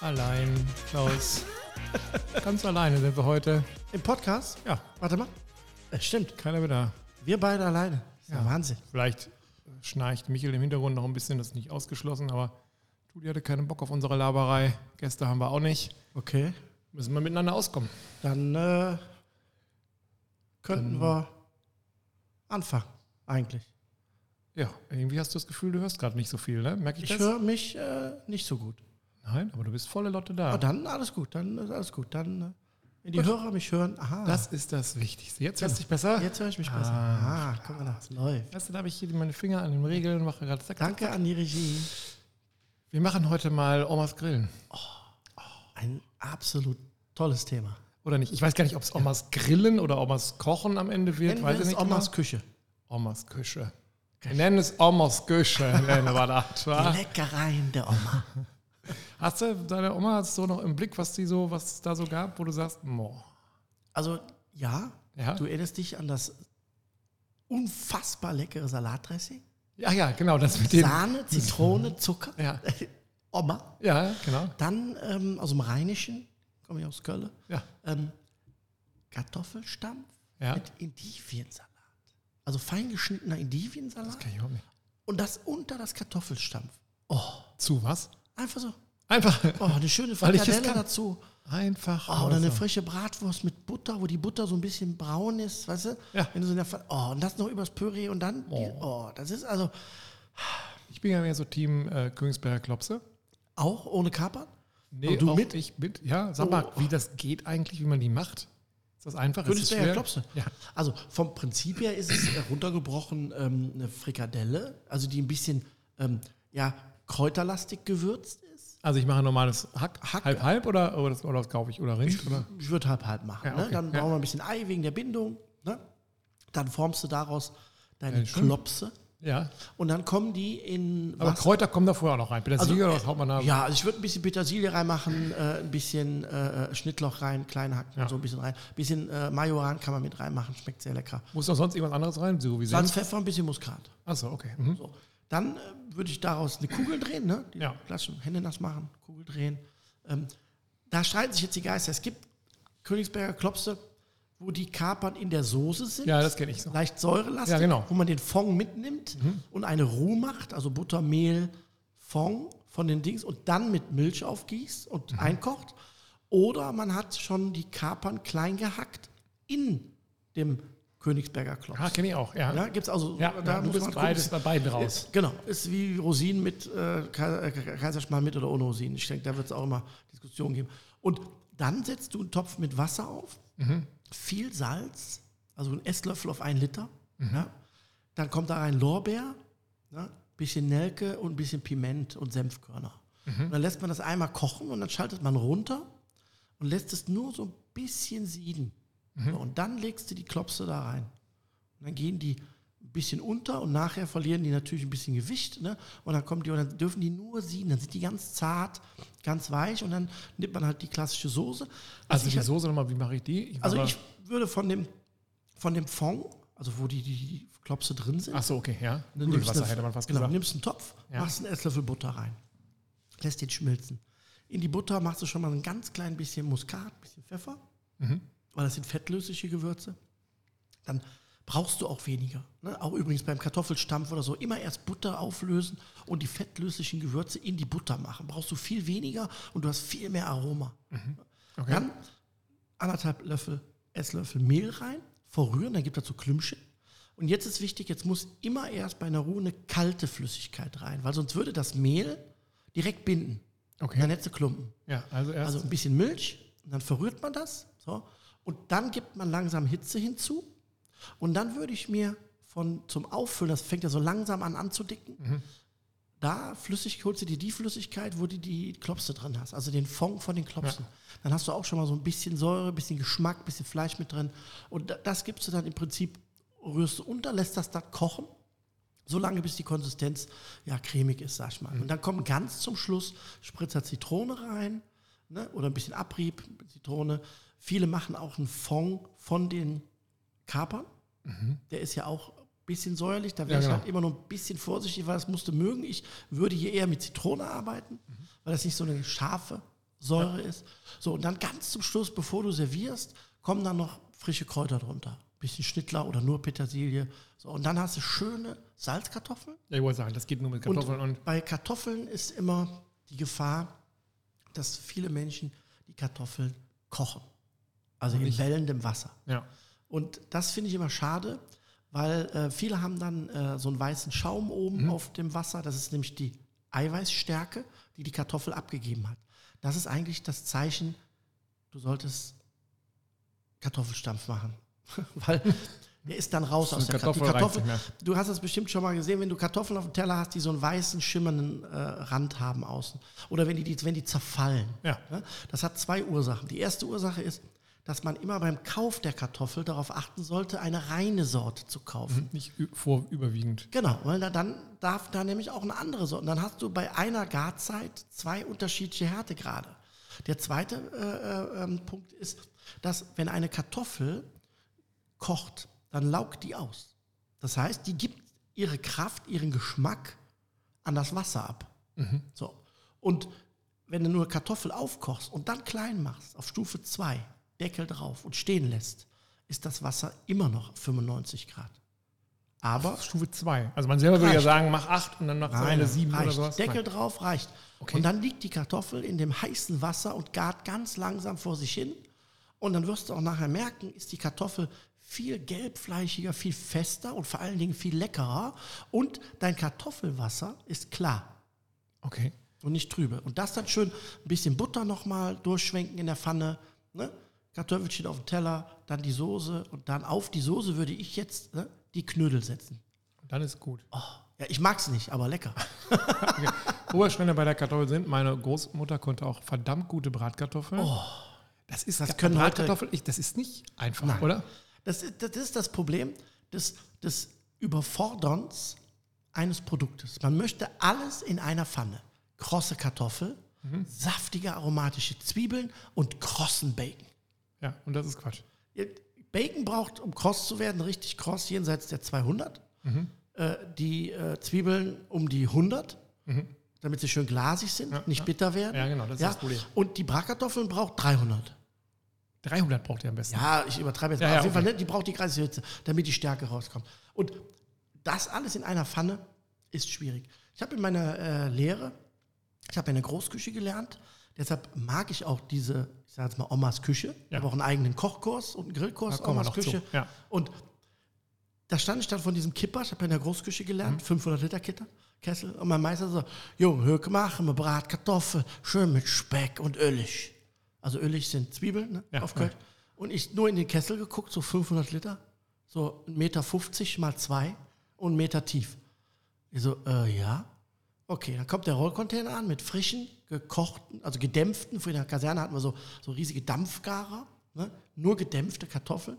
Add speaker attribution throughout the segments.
Speaker 1: Allein, Klaus. Ganz alleine sind wir heute.
Speaker 2: Im Podcast?
Speaker 1: Ja,
Speaker 2: Warte mal. Äh, stimmt.
Speaker 1: keiner mehr da.
Speaker 2: Wir beide alleine. Das ist ja.
Speaker 1: Ja.
Speaker 2: Wahnsinn.
Speaker 1: Vielleicht schnarcht Michel im Hintergrund noch ein bisschen, das ist nicht ausgeschlossen, aber Julia hatte keinen Bock auf unsere Laberei. Gäste haben wir auch nicht.
Speaker 2: Okay.
Speaker 1: Müssen wir miteinander auskommen.
Speaker 2: Dann äh, könnten wir anfangen, eigentlich.
Speaker 1: Ja, irgendwie hast du das Gefühl, du hörst gerade nicht so viel, ne? Merke ich,
Speaker 2: Ich
Speaker 1: das?
Speaker 2: höre mich äh, nicht so gut.
Speaker 1: Nein, aber du bist volle Lotte Oh, da.
Speaker 2: Aber dann alles gut, dann ist alles gut. Dann, äh, wenn die Hörer mich hören, aha.
Speaker 1: das ist das Wichtigste. Jetzt hörst du dich besser?
Speaker 2: jetzt höre ich mich besser. Ah, guck mal, das läuft.
Speaker 1: Weißt du, da habe ich hier meine Finger an den Regeln und mache gerade zack. zack.
Speaker 2: Danke an die Regie.
Speaker 1: Wir machen heute mal Omas Grillen.
Speaker 2: Ein absolut tolles Thema.
Speaker 1: Oder nicht? Ich weiß gar nicht, ob es Omas Grillen oder Omas Kochen am Ende wird.
Speaker 2: Nennen wir
Speaker 1: weiß ich
Speaker 2: es
Speaker 1: nicht
Speaker 2: Omas
Speaker 1: genau.
Speaker 2: Küche.
Speaker 1: Omas Küche. Wir nennen es Omas Küche, nennen wir das. wa?
Speaker 2: Die Leckereien der Oma.
Speaker 1: Hast du deine Oma hast du so noch im Blick, was die so, was es da so gab, wo du sagst, boah.
Speaker 2: Also, ja,
Speaker 1: Ja?
Speaker 2: Du erinnerst dich an das unfassbar leckere Salatdressing?
Speaker 1: ja, ja, genau, das mit dem.
Speaker 2: Sahne, Zitrone, Zucker.
Speaker 1: Ja.
Speaker 2: Oma.
Speaker 1: ja, genau.
Speaker 2: Dann ähm, aus dem Rheinischen, komme ich aus Köln,
Speaker 1: Ja,
Speaker 2: ähm, Kartoffelstampf
Speaker 1: ja.
Speaker 2: mit Indiviensalat. Also fein geschnittener Indiviensalat
Speaker 1: Kann ich überhaupt nicht.
Speaker 2: und das unter das Kartoffelstampf. Oh.
Speaker 1: Zu was?
Speaker 2: Einfach so.
Speaker 1: Einfach,
Speaker 2: Oh, eine schöne
Speaker 1: Weil ich das
Speaker 2: Frikadelle
Speaker 1: kann.
Speaker 2: dazu.
Speaker 1: einfach.
Speaker 2: Oh, oder eine
Speaker 1: raus.
Speaker 2: frische Bratwurst mit Butter, wo die Butter so ein bisschen braun ist, weißt du?
Speaker 1: Ja.
Speaker 2: Wenn du so in der Pfanne- oh, und das noch übers Püree und dann. Oh, die, oh das ist also
Speaker 1: ich bin ja mehr so Team äh, Königsberger Klopse.
Speaker 2: auch ohne Kapern.
Speaker 1: Nee,
Speaker 2: du
Speaker 1: auch
Speaker 2: mit? Oh.
Speaker 1: Ich mit, ja. Sag mal, wie das geht eigentlich, wie man die macht? Ist das einfach? Ist das
Speaker 2: Königsberger
Speaker 1: schwer?
Speaker 2: Klopse.
Speaker 1: Ja.
Speaker 2: Also vom Prinzip her ist es äh, runtergebrochen ähm, eine Frikadelle, also die ein bisschen ähm, ja, kräuterlastig gewürzt ist.
Speaker 1: Also ich mache ein normales Hack,
Speaker 2: Hack.
Speaker 1: halb halb oder oder das, oder das kaufe ich oder Rind oder?
Speaker 2: Ich würde halb halb machen.
Speaker 1: Ja,
Speaker 2: ne?
Speaker 1: okay,
Speaker 2: Dann
Speaker 1: ja.
Speaker 2: brauchen wir ein bisschen Ei wegen der Bindung. Ne? Dann formst du daraus deine
Speaker 1: Ja, schön.
Speaker 2: Klopse
Speaker 1: Ja.
Speaker 2: und dann kommen die in
Speaker 1: Aber Kräuter kommen da vorher auch noch rein. Petersilie oder was haut man da?
Speaker 2: Ja, also ich würde ein bisschen Petersilie reinmachen, äh, ein bisschen äh, Schnittloch rein, klein hacken,
Speaker 1: Ja.
Speaker 2: so ein bisschen rein. Ein bisschen äh, Majoran kann man mit reinmachen, schmeckt sehr lecker.
Speaker 1: Muss noch sonst irgendwas anderes rein? So wie
Speaker 2: Salz,
Speaker 1: Senf?
Speaker 2: Pfeffer, ein bisschen Muskat.
Speaker 1: Achso, okay. Mhm.
Speaker 2: So. Dann äh, würde ich daraus eine Kugel drehen, ne? Die
Speaker 1: Ja.
Speaker 2: Flaschen, Hände nass machen, Kugel drehen. Ähm, da streiten sich jetzt die Geister. Es gibt Königsberger Klopse, wo die Kapern in der Soße sind.
Speaker 1: Ja, das kenne ich so.
Speaker 2: Leicht säurelastig,
Speaker 1: Ja, genau. Mhm.
Speaker 2: wo man den Fond mitnimmt und eine Roux macht, also Butter, Mehl, Fond von den Dings und dann mit Milch aufgießt
Speaker 1: Mhm.
Speaker 2: und einkocht. Oder man hat schon die Kapern klein gehackt in dem Königsberger Klops.
Speaker 1: Ah, kenne ich auch. Ja.
Speaker 2: Ja, gibt's also,
Speaker 1: Ja,
Speaker 2: da
Speaker 1: ja, du
Speaker 2: muss
Speaker 1: bist
Speaker 2: man
Speaker 1: beides bei beiden raus.
Speaker 2: Ist, genau, ist wie Rosinen mit äh, Ka- äh, Kaiserschmarrn mit oder ohne Rosinen. Ich denke, da wird es auch immer Diskussionen geben. Und dann setzt du einen Topf mit Wasser auf, viel Salz, also einen Esslöffel auf einen Liter. Ja. Dann kommt da rein Lorbeer, ne, bisschen Nelke und ein bisschen Piment und Senfkörner. Und dann lässt man das einmal kochen und dann schaltet man runter und lässt es nur so ein bisschen sieden. So, und dann legst du die Klopse da rein. Und dann gehen die ein bisschen unter und nachher verlieren die natürlich ein bisschen Gewicht. Ne? Und dann kommen die und dann dürfen die nur sieden. Dann sind die ganz zart, ganz weich und dann nimmt man halt die klassische Soße. Was
Speaker 1: Also
Speaker 2: ich
Speaker 1: die
Speaker 2: halt-
Speaker 1: Soße nochmal, wie mache ich die? Ich
Speaker 2: also
Speaker 1: mache-
Speaker 2: ich würde von dem, von dem Fond, also wo die, die, die Klopse drin sind,
Speaker 1: Ach so, okay, ja.
Speaker 2: dann nimmst
Speaker 1: Nudelwasser
Speaker 2: eine-
Speaker 1: hätte man fast
Speaker 2: genau,
Speaker 1: gesagt.
Speaker 2: nimmst einen Topf,
Speaker 1: Ja.
Speaker 2: machst einen Esslöffel Butter rein, lässt den schmilzen. In die Butter machst du schon mal ein ganz klein bisschen Muskat, ein bisschen Pfeffer,
Speaker 1: Mhm.
Speaker 2: weil das sind fettlösliche Gewürze. Dann brauchst du auch weniger. Ne? Auch übrigens beim Kartoffelstampf oder so, immer erst Butter auflösen und die fettlöslichen Gewürze in die Butter machen. Brauchst du viel weniger und du hast viel mehr Aroma.
Speaker 1: Mhm. Okay.
Speaker 2: Dann anderthalb Löffel, Esslöffel Mehl rein, verrühren, dann gibt dazu Klümpchen. Und jetzt ist wichtig, jetzt muss immer erst bei einer Ruhe eine kalte Flüssigkeit rein, weil sonst würde das Mehl direkt binden. Und
Speaker 1: Okay.
Speaker 2: Dann hättest du Klumpen.
Speaker 1: Ja, also erst.
Speaker 2: Genau. Also ein bisschen Milch, und dann verrührt man das. So, und dann gibt man langsam Hitze hinzu. Und dann würde ich mir von zum Auffüllen, das fängt ja so langsam an anzudicken, da flüssig, holst du dir die Flüssigkeit, wo du die Klopse drin hast, also den Fond von den Klopsen. Dann hast du auch schon mal so ein bisschen Säure, ein bisschen Geschmack, ein bisschen Fleisch mit drin. Und da- das gibst du dann im Prinzip, rührst du unter, lässt das dann kochen, so lange bis die Konsistenz ja cremig ist, sag ich mal. Und dann kommt ganz zum Schluss Spritzer Zitrone rein ne? oder ein bisschen Abrieb, Zitrone. Viele machen auch einen Fond von den Kapern. Der ist ja auch ein bisschen säuerlich. Da
Speaker 1: Mhm. Ja,
Speaker 2: wäre ich
Speaker 1: genau.
Speaker 2: halt immer noch ein bisschen
Speaker 1: Mhm.
Speaker 2: vorsichtig, weil das musste mögen. Ich würde hier eher mit Zitrone arbeiten, weil das nicht so eine scharfe Säure ist. So, und dann ganz zum Schluss, bevor du servierst, kommen dann noch frische Kräuter drunter. Bisschen Schnittler oder nur Petersilie. So, und dann hast du schöne Salzkartoffeln.
Speaker 1: Ja, ich wollte sagen, das geht nur mit Kartoffeln und,
Speaker 2: Bei Kartoffeln ist immer die Gefahr, dass viele Menschen die Kartoffeln kochen. Also in wellendem Wasser.
Speaker 1: ja.
Speaker 2: Und das finde ich immer schade, weil äh, viele haben dann äh, so einen weißen Schaum oben
Speaker 1: Mhm.
Speaker 2: auf dem Wasser. Das ist nämlich die Eiweißstärke, die die Kartoffel abgegeben hat. Das ist eigentlich das Zeichen, du solltest Kartoffelstampf machen. weil der ist dann raus aus der Kartoffel.
Speaker 1: Kartoffel
Speaker 2: Die
Speaker 1: reicht
Speaker 2: Kartoffel
Speaker 1: nicht mehr.
Speaker 2: du hast das bestimmt schon mal gesehen, wenn du Kartoffeln auf dem Teller hast, die so einen weißen, schimmernden äh, Rand haben außen. Oder wenn die, die, wenn die zerfallen.
Speaker 1: Ja.
Speaker 2: Ne? Das hat zwei Ursachen. Die erste Ursache ist, dass man immer beim Kauf der Kartoffel darauf achten sollte, eine reine Sorte zu kaufen.
Speaker 1: Nicht ü- vor überwiegend.
Speaker 2: Genau, weil da, dann darf da nämlich auch eine andere Sorte. Und dann hast du bei einer Garzeit zwei unterschiedliche Härtegrade. Der zweite äh, äh, ähm, Punkt ist, dass wenn eine Kartoffel kocht, dann laugt die aus. Das heißt, die gibt ihre Kraft, ihren Geschmack an das Wasser ab. So. Und wenn du nur Kartoffel aufkochst und dann klein machst, auf Stufe 2, Deckel drauf und stehen lässt, ist das Wasser immer noch 95 Grad. Aber
Speaker 1: Stufe 2. Also man selber würde ja
Speaker 2: Reicht.
Speaker 1: sagen, mach 8 und dann macht
Speaker 2: Nein,
Speaker 1: eine 7
Speaker 2: reicht.
Speaker 1: oder sowas.
Speaker 2: Deckel
Speaker 1: Nein.
Speaker 2: drauf reicht.
Speaker 1: Okay.
Speaker 2: Und dann liegt die Kartoffel in dem heißen Wasser und gart ganz langsam vor sich hin. Und dann wirst du auch nachher merken, ist die Kartoffel viel gelbfleischiger, viel fester und vor allen Dingen viel leckerer. Und dein Kartoffelwasser ist klar
Speaker 1: Okay.
Speaker 2: und nicht trübe. Und das dann schön ein bisschen Butter nochmal durchschwenken in der Pfanne. Ne? Kartoffelchen auf den Teller, dann die Soße und dann auf die Soße würde ich jetzt ne, die Knödel setzen.
Speaker 1: Und dann ist gut.
Speaker 2: Oh, ja, ich mag's nicht, aber lecker.
Speaker 1: Okay. Wo wir schon bei der Kartoffel sind, meine Großmutter konnte auch verdammt gute Bratkartoffeln.
Speaker 2: Oh,
Speaker 1: Das ist
Speaker 2: Das können heute-
Speaker 1: Bratkartoffel, ich, das ist nicht einfach, oder?
Speaker 2: Das, ist- das ist das Problem des, des Überforderns eines Produktes. Man möchte alles in einer Pfanne. Krosse Kartoffel,
Speaker 1: Mhm.
Speaker 2: saftige aromatische Zwiebeln und krossen Bacon.
Speaker 1: Ja, und das ist Quatsch.
Speaker 2: Bacon braucht, um kross zu werden, richtig kross, jenseits der 200.
Speaker 1: Mhm.
Speaker 2: Äh, die äh, Zwiebeln um die 100, damit sie schön glasig sind, nicht bitter werden.
Speaker 1: Mhm. Ja, genau, das ist das Problem.
Speaker 2: Und die Bratkartoffeln braucht 300.
Speaker 1: 300 braucht ihr am besten.
Speaker 2: Ja, ich übertreibe jetzt.
Speaker 1: Ja,
Speaker 2: mal.
Speaker 1: ja,
Speaker 2: Auf jeden
Speaker 1: okay.
Speaker 2: Fall, ne, die braucht die kreisliche Hitze, damit die Stärke rauskommt. Und das alles in einer Pfanne ist schwierig. Ich habe in meiner äh, Lehre, ich habe in der Großküche gelernt, deshalb mag ich auch diese, ich sage jetzt mal Omas Küche. Ich
Speaker 1: Ja.
Speaker 2: habe auch einen eigenen Kochkurs und einen Grillkurs,
Speaker 1: Da kommen wir
Speaker 2: Omas
Speaker 1: noch zu,
Speaker 2: Küche.
Speaker 1: ja.
Speaker 2: Und da stand ich dann von diesem Kipper, ich habe in der Großküche gelernt,
Speaker 1: Mhm.
Speaker 2: 500 Liter Kitter, Kessel. Und mein Meister so, Junge, Höck, machen wir Bratkartoffel, schön mit Speck und Ölig. Also Ölig sind Zwiebeln, ne,
Speaker 1: Ja,
Speaker 2: auf Kölsch. Und ich nur in den Kessel geguckt, so 500 Liter, so 1,50 Meter mal zwei und 1 Meter tief. Ich so, äh, ja. Okay, dann kommt der Rollcontainer an mit frischen, gekochten, also gedämpften. Vor der Kaserne hatten wir so, so riesige Dampfgarer, ne? nur gedämpfte Kartoffeln.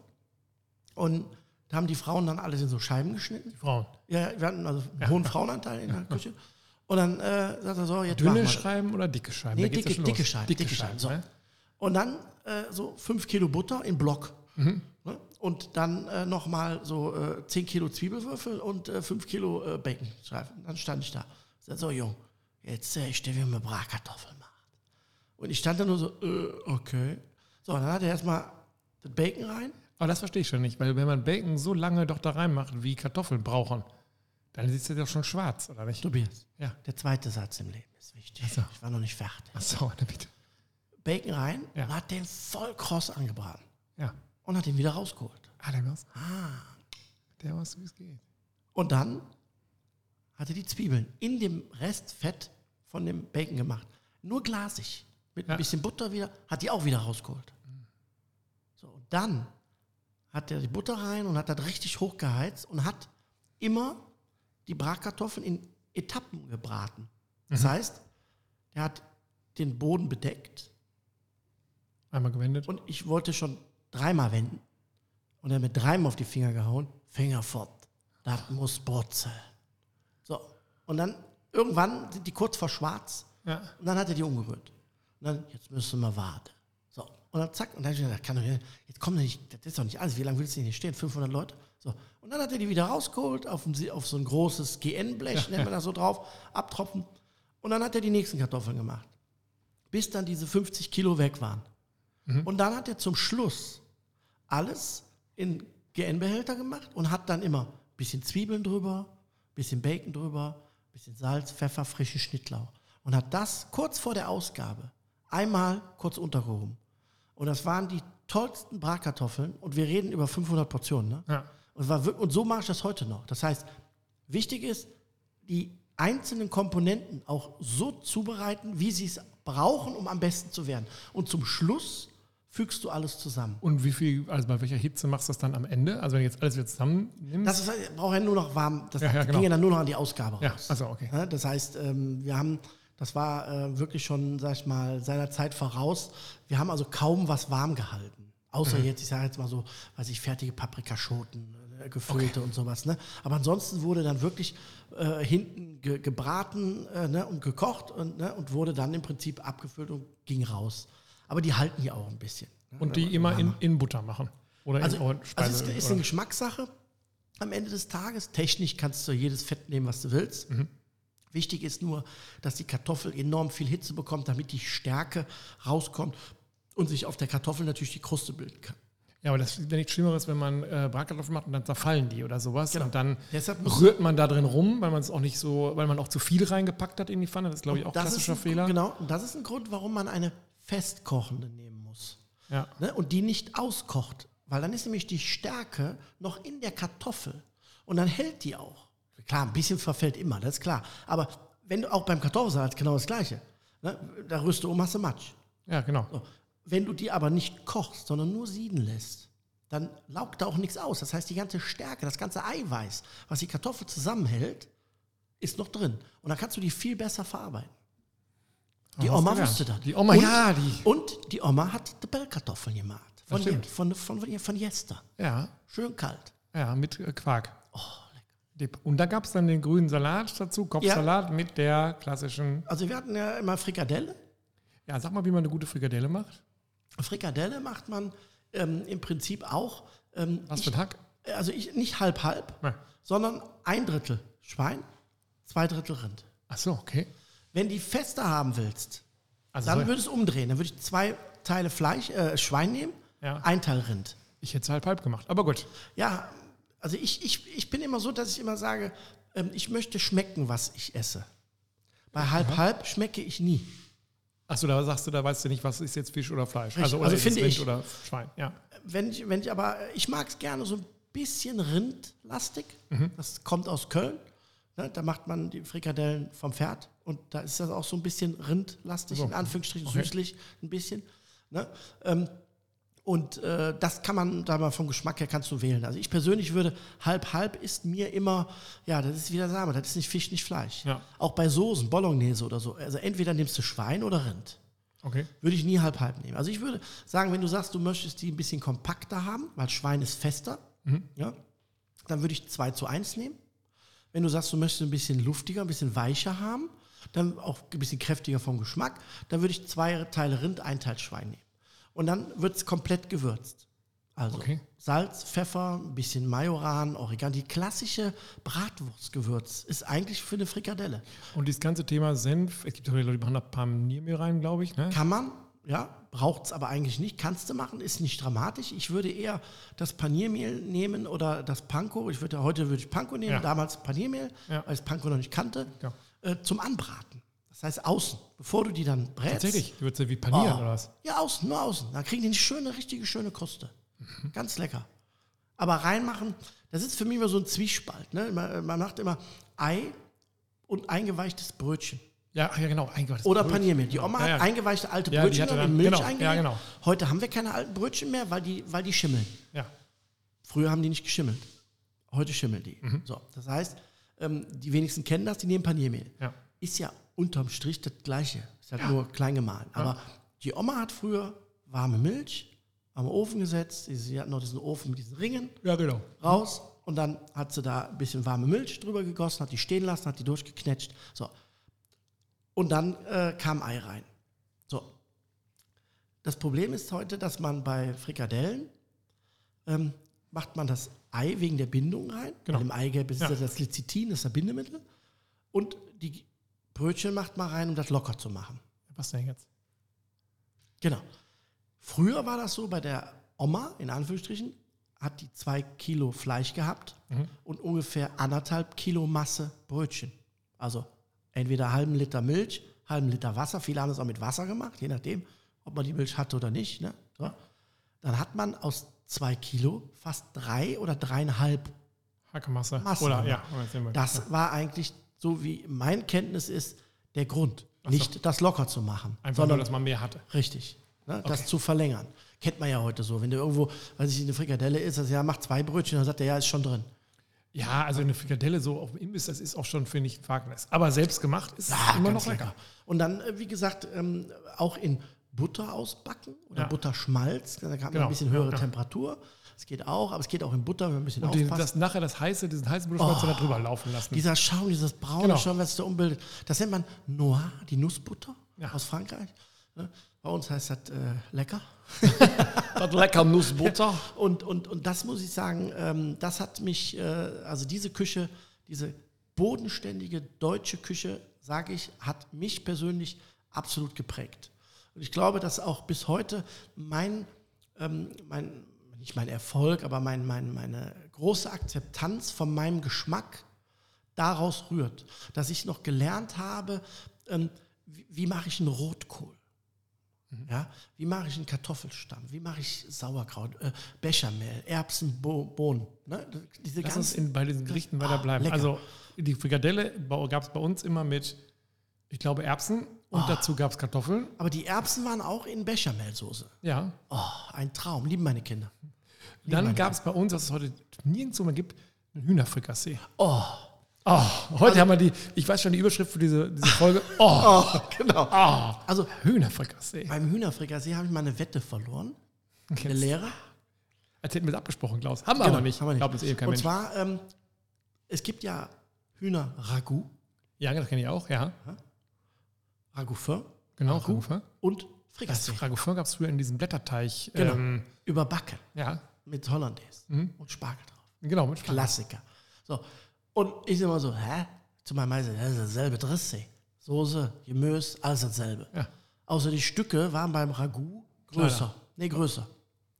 Speaker 2: Und da haben die Frauen dann alles in so Scheiben geschnitten.
Speaker 1: Die Frauen.
Speaker 2: Ja, wir hatten also einen hohen Frauenanteil in der Küche. Und dann äh, sagt er so, jetzt machen wir
Speaker 1: Dünne
Speaker 2: das.
Speaker 1: Scheiben oder dicke Scheiben?
Speaker 2: Nee,
Speaker 1: Da geht's ja
Speaker 2: dicke-
Speaker 1: schon los.
Speaker 2: dicke Scheiben,
Speaker 1: Dicke
Speaker 2: dicke
Speaker 1: Scheiben.
Speaker 2: Scheiben, so.
Speaker 1: ne?
Speaker 2: Und dann äh, so 5 Kilo Butter im Block. Ne? Und dann äh, nochmal so äh, 10 Kilo Zwiebelwürfel und äh, 5 Kilo äh, Baconstreifen. Dann stand ich da. Ich sag, so, Jung, jetzt äh, ich dir, wie man Bratkartoffeln macht. Und ich stand da nur so, äh, okay. So, dann hat er erstmal das Bacon rein.
Speaker 1: Aber das verstehe ich schon nicht, weil wenn man Bacon so lange doch da reinmacht, wie Kartoffeln brauchen, dann sieht es ja schon schwarz, oder nicht?
Speaker 2: Tobias,
Speaker 1: Ja.
Speaker 2: der zweite Satz im Leben ist wichtig. Ich war noch nicht fertig.
Speaker 1: Achso, na bitte.
Speaker 2: Bacon rein
Speaker 1: Ja.
Speaker 2: und hat den voll kross angebraten.
Speaker 1: Ja.
Speaker 2: Und hat ihn wieder rausgeholt.
Speaker 1: Ah, der war's. Ah. Der war's, wie es geht.
Speaker 2: Und dann hat er die Zwiebeln in dem Restfett von dem Bacon gemacht. Nur glasig. Mit
Speaker 1: Ja.
Speaker 2: ein bisschen Butter wieder, hat die auch wieder rausgeholt. So, und dann hat er die Butter rein und hat das richtig hochgeheizt und hat immer die Bratkartoffeln in Etappen gebraten.
Speaker 1: Mhm.
Speaker 2: Das heißt, er hat den Boden bedeckt
Speaker 1: Einmal gewendet.
Speaker 2: und ich wollte schon dreimal wenden. Und er hat mir dreimal auf die Finger gehauen. Finger fort. Das muss brutzeln. So. Und dann irgendwann sind die kurz vor schwarz.
Speaker 1: Ja.
Speaker 2: Und dann hat er die umgerührt. Und dann, jetzt müssen wir warten. So. Und dann zack. Und dann habe ich mir gedacht, kann doch, nicht- jetzt kommt doch nicht, das ist doch nicht alles. Wie lange willst du denn hier stehen? 500 Leute? So. Und dann hat er die wieder rausgeholt auf, ein, auf so ein großes GN-Blech, nennt man das so drauf, abtropfen. Und dann hat er die nächsten Kartoffeln gemacht. bis dann diese 50 Kilo weg waren. Und dann hat er zum Schluss alles in GN-Behälter gemacht und hat dann immer ein bisschen Zwiebeln drüber, ein bisschen Bacon drüber, ein bisschen Salz, Pfeffer, frischen Schnittlauch. Und hat das kurz vor der Ausgabe einmal kurz untergehoben. Und das waren die tollsten Bratkartoffeln und wir reden über 500 Portionen. Ne?
Speaker 1: Ja.
Speaker 2: Und, war, wir- und so mache ich das heute noch. Das heißt, wichtig ist, die einzelnen Komponenten auch so zubereiten, wie sie es brauchen, um am besten zu werden. Und zum Schluss fügst du alles zusammen.
Speaker 1: Und wie viel, also bei welcher Hitze machst du das dann am Ende? Also wenn du jetzt alles wieder zusammen nimmst?
Speaker 2: Das ist, halt, braucht ja nur noch warm, das
Speaker 1: Ja, ja, genau.
Speaker 2: ging ja dann nur noch an die Ausgabe
Speaker 1: ja,
Speaker 2: raus.
Speaker 1: also okay.
Speaker 2: Ja, Das heißt, ähm, wir haben, das war äh, wirklich schon, sag ich mal, seiner Zeit voraus. Wir haben also kaum was warm gehalten. Außer
Speaker 1: Mhm.
Speaker 2: jetzt, ich sage jetzt mal so, weiß ich, fertige Paprikaschoten, äh, gefüllte und sowas. Ne? Aber ansonsten wurde dann wirklich äh, hinten ge gebraten äh, ne? und gekocht und, ne? und wurde dann im Prinzip abgefüllt und ging raus. Aber die halten ja auch ein bisschen. ne?
Speaker 1: Und die immer in, in Butter machen? Oder
Speaker 2: Also,
Speaker 1: in Or-
Speaker 2: also es
Speaker 1: Speiseöl?
Speaker 2: ist, ist
Speaker 1: oder?
Speaker 2: eine Geschmackssache. Am Ende des Tages, technisch kannst du jedes Fett nehmen, was du willst.
Speaker 1: Mhm.
Speaker 2: Wichtig ist nur, dass die Kartoffel enorm viel Hitze bekommt, damit die Stärke rauskommt und sich auf der Kartoffel natürlich die Kruste bilden kann.
Speaker 1: ja, aber das ist ja nichts Schlimmeres, wenn man äh, Bratkartoffeln macht und dann zerfallen die oder sowas.
Speaker 2: Genau.
Speaker 1: Und dann
Speaker 2: Deshalb muss-
Speaker 1: rührt man da drin rum, weil man es auch nicht so, weil man auch zu viel reingepackt hat in die Pfanne. Das ist, glaube ich, auch
Speaker 2: Das ist
Speaker 1: klassischer
Speaker 2: ein,
Speaker 1: Fehler.
Speaker 2: Genau, und das ist ein Grund, warum man eine festkochende nehmen muss.
Speaker 1: Ja.
Speaker 2: ne, und die nicht auskocht, weil dann ist nämlich die Stärke noch in der Kartoffel und dann hält die auch. Klar, ein bisschen verfällt immer, das ist klar. Aber wenn du auch beim Kartoffelsalat genau das Gleiche, ne, da rührst du um, hast du Matsch.
Speaker 1: ja, genau.
Speaker 2: So. Wenn du die aber nicht kochst, sondern nur sieden lässt, dann laugt da auch nichts aus. Das heißt, die ganze Stärke, das ganze Eiweiß, was die Kartoffel zusammenhält, ist noch drin. Und dann kannst du die viel besser verarbeiten. Die
Speaker 1: Hast
Speaker 2: Oma
Speaker 1: gelernt.
Speaker 2: wusste das.
Speaker 1: Die Oma,
Speaker 2: und,
Speaker 1: ja, die.
Speaker 2: Und die Oma hat die Bellkartoffeln gemacht. Von,
Speaker 1: Das stimmt.
Speaker 2: je- von, von, von, von gestern.
Speaker 1: Ja,
Speaker 2: Schön kalt.
Speaker 1: ja, mit äh, Quark.
Speaker 2: Oh,
Speaker 1: Dip. Und da gab es dann den grünen Salat dazu, Kopfsalat mit der klassischen.
Speaker 2: Also wir hatten ja immer Frikadelle.
Speaker 1: Ja, sag mal, wie man eine gute Frikadelle macht.
Speaker 2: Frikadelle macht man ähm, im Prinzip auch, ähm,
Speaker 1: Was
Speaker 2: ich,
Speaker 1: mit Hack?
Speaker 2: also ich, nicht halb-halb,
Speaker 1: Nein.
Speaker 2: sondern ein Drittel Schwein, zwei Drittel Rind.
Speaker 1: Ach so, okay.
Speaker 2: Wenn die fester haben willst,
Speaker 1: Also
Speaker 2: dann
Speaker 1: so-
Speaker 2: würde es umdrehen. Dann würde ich zwei Teile Fleisch, äh, Schwein nehmen,
Speaker 1: Ja.
Speaker 2: ein Teil Rind.
Speaker 1: ich hätte es halb halb gemacht. Aber gut.
Speaker 2: Ja, also ich, ich, ich bin immer so, dass ich immer sage, ähm, ich möchte schmecken, was ich esse. Bei halb-halb schmecke ich nie.
Speaker 1: Achso, da sagst du, da weißt du nicht, was ist jetzt Fisch oder Fleisch. Also, oder
Speaker 2: Also
Speaker 1: ist
Speaker 2: finde
Speaker 1: es Rind
Speaker 2: ich-
Speaker 1: oder Schwein. Ja.
Speaker 2: Wenn ich, wenn ich aber, ich mag es gerne so ein bisschen rindlastig.
Speaker 1: Mhm.
Speaker 2: Das kommt aus Köln. Ne, da macht man die Frikadellen vom Pferd und da ist das auch so ein bisschen rindlastig,
Speaker 1: So.
Speaker 2: in Anführungsstrichen
Speaker 1: Okay.
Speaker 2: süßlich, ein bisschen. Ne? Ähm, und äh, das kann man da mal vom Geschmack her kannst du wählen. Also ich persönlich würde halb halb ist mir immer, ja, das ist wieder Same, das ist nicht Fisch, nicht Fleisch.
Speaker 1: Ja.
Speaker 2: Auch bei Soßen, Bolognese oder so. Also entweder nimmst du Schwein oder Rind.
Speaker 1: Okay.
Speaker 2: Würde ich nie halb halb nehmen. Also ich würde sagen, wenn du sagst, du möchtest die ein bisschen kompakter haben, weil Schwein ist fester, ja, dann würde ich 2 zu 1 nehmen. Wenn du sagst, du möchtest ein bisschen luftiger, ein bisschen weicher haben, dann auch ein bisschen kräftiger vom Geschmack, dann würde ich zwei Teile Rind, ein Teil Schwein nehmen. Und dann wird es komplett gewürzt. Also
Speaker 1: Okay.
Speaker 2: Salz, Pfeffer, ein bisschen Majoran, Oregano. Die klassische Bratwurstgewürz ist eigentlich für eine Frikadelle.
Speaker 1: Und dieses ganze Thema Senf, es gibt auch die Leute, die machen da Paniermehl rein, glaube ich. Ne?
Speaker 2: Kann man, ja, braucht es aber eigentlich nicht. Kannst du machen, ist nicht dramatisch. Ich würde eher das Paniermehl nehmen oder das Panko. Ich würde, heute würde ich Panko nehmen,
Speaker 1: Ja.
Speaker 2: damals Paniermehl,
Speaker 1: Ja.
Speaker 2: weil ich Panko noch nicht kannte,
Speaker 1: Ja.
Speaker 2: äh, zum Anbraten. Das heißt außen, bevor du die dann brätst.
Speaker 1: Tatsächlich, wird es wie panieren
Speaker 2: Oh.
Speaker 1: oder was?
Speaker 2: Ja, außen, nur außen. Dann kriegen die eine schöne, richtige schöne Kruste.
Speaker 1: Mhm.
Speaker 2: Ganz lecker. Aber reinmachen, das ist für mich immer so ein Zwiespalt. Ne? Man, man macht immer Ei und eingeweichtes Brötchen.
Speaker 1: Ja, ach ja, genau. Ein Gott, das
Speaker 2: Oder
Speaker 1: ist cool.
Speaker 2: Paniermehl. Die Oma
Speaker 1: Ja, ja.
Speaker 2: hat eingeweichte alte
Speaker 1: Ja, die
Speaker 2: Brötchen
Speaker 1: hatte
Speaker 2: und
Speaker 1: dann-
Speaker 2: in Milch
Speaker 1: genau, ja,
Speaker 2: eingelegt.
Speaker 1: genau.
Speaker 2: Heute haben wir keine alten Brötchen mehr, weil die, weil die schimmeln.
Speaker 1: Ja.
Speaker 2: Früher haben die nicht geschimmelt. Heute schimmeln die.
Speaker 1: Mhm.
Speaker 2: So, das heißt, ähm, die wenigsten kennen das, die nehmen Paniermehl.
Speaker 1: ja.
Speaker 2: Ist ja unterm Strich das Gleiche. Ist halt nur klein gemahlen. Aber die Oma hat früher warme Milch am Ofen gesetzt. Sie- Sie hat noch diesen Ofen mit diesen Ringen
Speaker 1: Ja, genau.
Speaker 2: raus und dann hat sie da ein bisschen warme Milch drüber gegossen, hat die stehen lassen, hat die durchgeknetscht. So. Und dann äh, kam Ei rein. So. Das Problem ist heute, dass man bei Frikadellen ähm, macht man das Ei wegen der Bindung rein.
Speaker 1: Genau.
Speaker 2: Genau. Im Eigelb ist
Speaker 1: Ja.
Speaker 2: ja. das Lecithin, das ist das Bindemittel. Und die Brötchen macht man rein, um das locker zu machen.
Speaker 1: Was denn jetzt?
Speaker 2: Genau. Früher war das so, bei der Oma, in Anführungsstrichen, hat die zwei Kilo Fleisch gehabt
Speaker 1: Mhm.
Speaker 2: und ungefähr anderthalb Kilo Masse Brötchen. Also entweder halben Liter Milch, halben Liter Wasser. Viele haben das auch mit Wasser gemacht, je nachdem, ob man die Milch hatte oder nicht. Ne? So. Dann hat man aus zwei Kilo fast drei oder dreieinhalb
Speaker 1: Hackmasse.
Speaker 2: Masse.
Speaker 1: Oder ja, oder sehen wir.
Speaker 2: das war eigentlich, so wie mein Kenntnis ist, der Grund. Nicht das locker zu machen.
Speaker 1: einfach nur, dass man mehr hatte.
Speaker 2: Richtig. Ne? Das zu verlängern. Kennt man ja heute so. Wenn du irgendwo, weiß ich, eine Frikadelle ist, das ja, mach zwei Brötchen, dann sagt der, ja, ist schon drin.
Speaker 1: Ja, also eine Frikadelle so auf dem Imbiss, das ist auch schon, finde ich, ein Wagnis. Aber selbst gemacht ist
Speaker 2: Ah,
Speaker 1: immer
Speaker 2: ganz
Speaker 1: noch lecker.
Speaker 2: Und dann, äh, wie gesagt, ähm, auch in Butter ausbacken oder
Speaker 1: Ja.
Speaker 2: Butterschmalz. Da hat man
Speaker 1: Genau.
Speaker 2: ein bisschen höhere
Speaker 1: Ja.
Speaker 2: Temperatur. Es geht auch, aber es geht auch in Butter, wenn man ein bisschen
Speaker 1: Und die,
Speaker 2: aufpasst.
Speaker 1: das, nachher das heiße, diesen heißen Butterschmalz
Speaker 2: Oh.
Speaker 1: dann da drüber laufen lassen.
Speaker 2: Dieser Schaum, dieses braune
Speaker 1: Genau.
Speaker 2: Schaum, was sich da umbildet, das nennt man Noir, die Nussbutter
Speaker 1: Ja.
Speaker 2: aus Frankreich. Ne? Bei uns heißt das äh, lecker.
Speaker 1: das lecker Nussbutter.
Speaker 2: Und, und, und das muss ich sagen, ähm, das hat mich, äh, also diese Küche, diese bodenständige deutsche Küche, sage ich, hat mich persönlich absolut geprägt. Und ich glaube, dass auch bis heute mein, ähm, mein nicht mein Erfolg, aber mein, mein, meine große Akzeptanz von meinem Geschmack daraus rührt, dass ich noch gelernt habe, ähm, wie, wie mache ich einen Rotkohl?
Speaker 1: Mhm.
Speaker 2: Ja, wie mache ich einen Kartoffelstamm? Wie mache ich Sauerkraut, äh, Bechamel, Erbsen, Bo Bohnen? Ne? Diese
Speaker 1: Lass uns
Speaker 2: ganzen,
Speaker 1: in, bei diesen Gerichten weiter bleiben.
Speaker 2: genau. Ah, lecker.
Speaker 1: also die Frikadelle gab es bei uns immer mit, ich glaube, Erbsen
Speaker 2: Ah.
Speaker 1: und dazu gab es Kartoffeln.
Speaker 2: aber die Erbsen waren auch in Bechamelsoße.
Speaker 1: Ja.
Speaker 2: Oh, ein Traum, lieben meine Kinder.
Speaker 1: Dann gab es bei uns, was es heute nirgendwo mehr gibt, ein Hühnerfrikassee.
Speaker 2: Oh,
Speaker 1: Oh, heute
Speaker 2: Also
Speaker 1: haben wir die, ich weiß schon die Überschrift für diese, diese Folge. Oh,
Speaker 2: oh genau.
Speaker 1: oh,
Speaker 2: Also
Speaker 1: Hühnerfrikassee.
Speaker 2: beim Hühnerfrikassee habe ich mal eine Wette verloren. Eine
Speaker 1: Jetzt-
Speaker 2: Lehre.
Speaker 1: Als hätten wir es abgesprochen, Klaus. Haben wir aber nicht.
Speaker 2: Genau, haben wir nicht.
Speaker 1: Glaubt uns eh kein
Speaker 2: Und
Speaker 1: Mensch.
Speaker 2: zwar, ähm, es gibt ja Hühner-Ragout,
Speaker 1: Ja, das kenne ich auch, ja.
Speaker 2: Ragout-Fin
Speaker 1: Genau, Ragoufin.
Speaker 2: und
Speaker 1: Das
Speaker 2: Frikassee.
Speaker 1: Ragoufin gab es früher in diesem Blätterteig.
Speaker 2: Genau.
Speaker 1: Ähm, Mhm.
Speaker 2: Überbacken
Speaker 1: ja,
Speaker 2: mit Hollandaise und Spargel drauf.
Speaker 1: genau. Mit Spargel.
Speaker 2: Klassiker. So. Und ich immer so, hä? Zu meinem Meister, das ist dasselbe Dressing. Soße, Gemüse, alles dasselbe.
Speaker 1: Ja.
Speaker 2: Außer die Stücke waren beim Ragout größer.
Speaker 1: Kleiner.
Speaker 2: Nee, größer.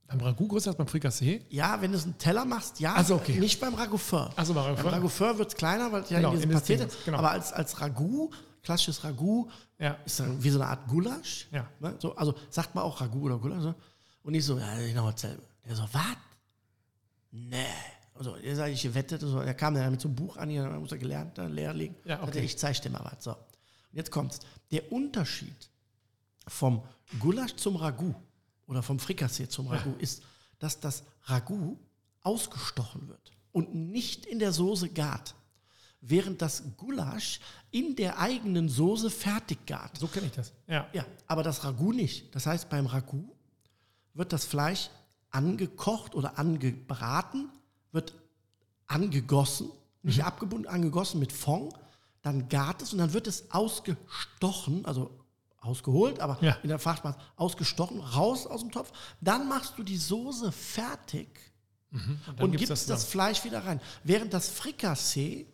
Speaker 1: Beim Ragout größer als beim Frikassee.
Speaker 2: Ja, wenn du es einen Teller machst, ja.
Speaker 1: Ach so, Also, okay.
Speaker 2: Nicht beim Ragout-Feu.
Speaker 1: Ach so, beim Ragout-Feu.
Speaker 2: Ragout-Feu wird es kleiner, weil es ja
Speaker 1: Genau,
Speaker 2: in diesem
Speaker 1: in das
Speaker 2: Paket
Speaker 1: Ding
Speaker 2: ist.
Speaker 1: ist, genau.
Speaker 2: Aber als, als Ragout, klassisches Ragout,
Speaker 1: Ja.
Speaker 2: ist dann wie so eine Art Gulasch.
Speaker 1: Ja.
Speaker 2: Ne? So, also sagt man auch Ragout oder Gulasch. Ne? Und ich so, ja, ich noch dasselbe. Der so, was? Nee. Also, ihr seid ich wettet. So, er kam dann mit so einem Buch an, hier, dann muss er gelernt, dann Lehrer legen.
Speaker 1: Ja,
Speaker 2: Sagt
Speaker 1: okay.
Speaker 2: er, Ich zeig dir mal was. So. Und jetzt kommt's. Der Unterschied vom Gulasch zum Ragout oder vom Frikassee zum Ragout ist, dass das Ragout ausgestochen wird und nicht in der Soße gart, während das Gulasch in der eigenen Soße fertig gart.
Speaker 1: So kenne ich das. Ja.
Speaker 2: Ja, aber das Ragout nicht. Das heißt, beim Ragout wird das Fleisch angekocht oder angebraten, wird angegossen, nicht
Speaker 1: Mhm.
Speaker 2: abgebunden, angegossen mit Fond, dann gart es und dann wird es ausgestochen, also ausgeholt, aber
Speaker 1: Ja.
Speaker 2: in der Fachsprache ausgestochen, raus aus dem Topf. Dann machst du die Soße fertig
Speaker 1: Und
Speaker 2: und
Speaker 1: gibt's
Speaker 2: gibst das,
Speaker 1: zusammen.
Speaker 2: Fleisch wieder rein. Während das Frikassee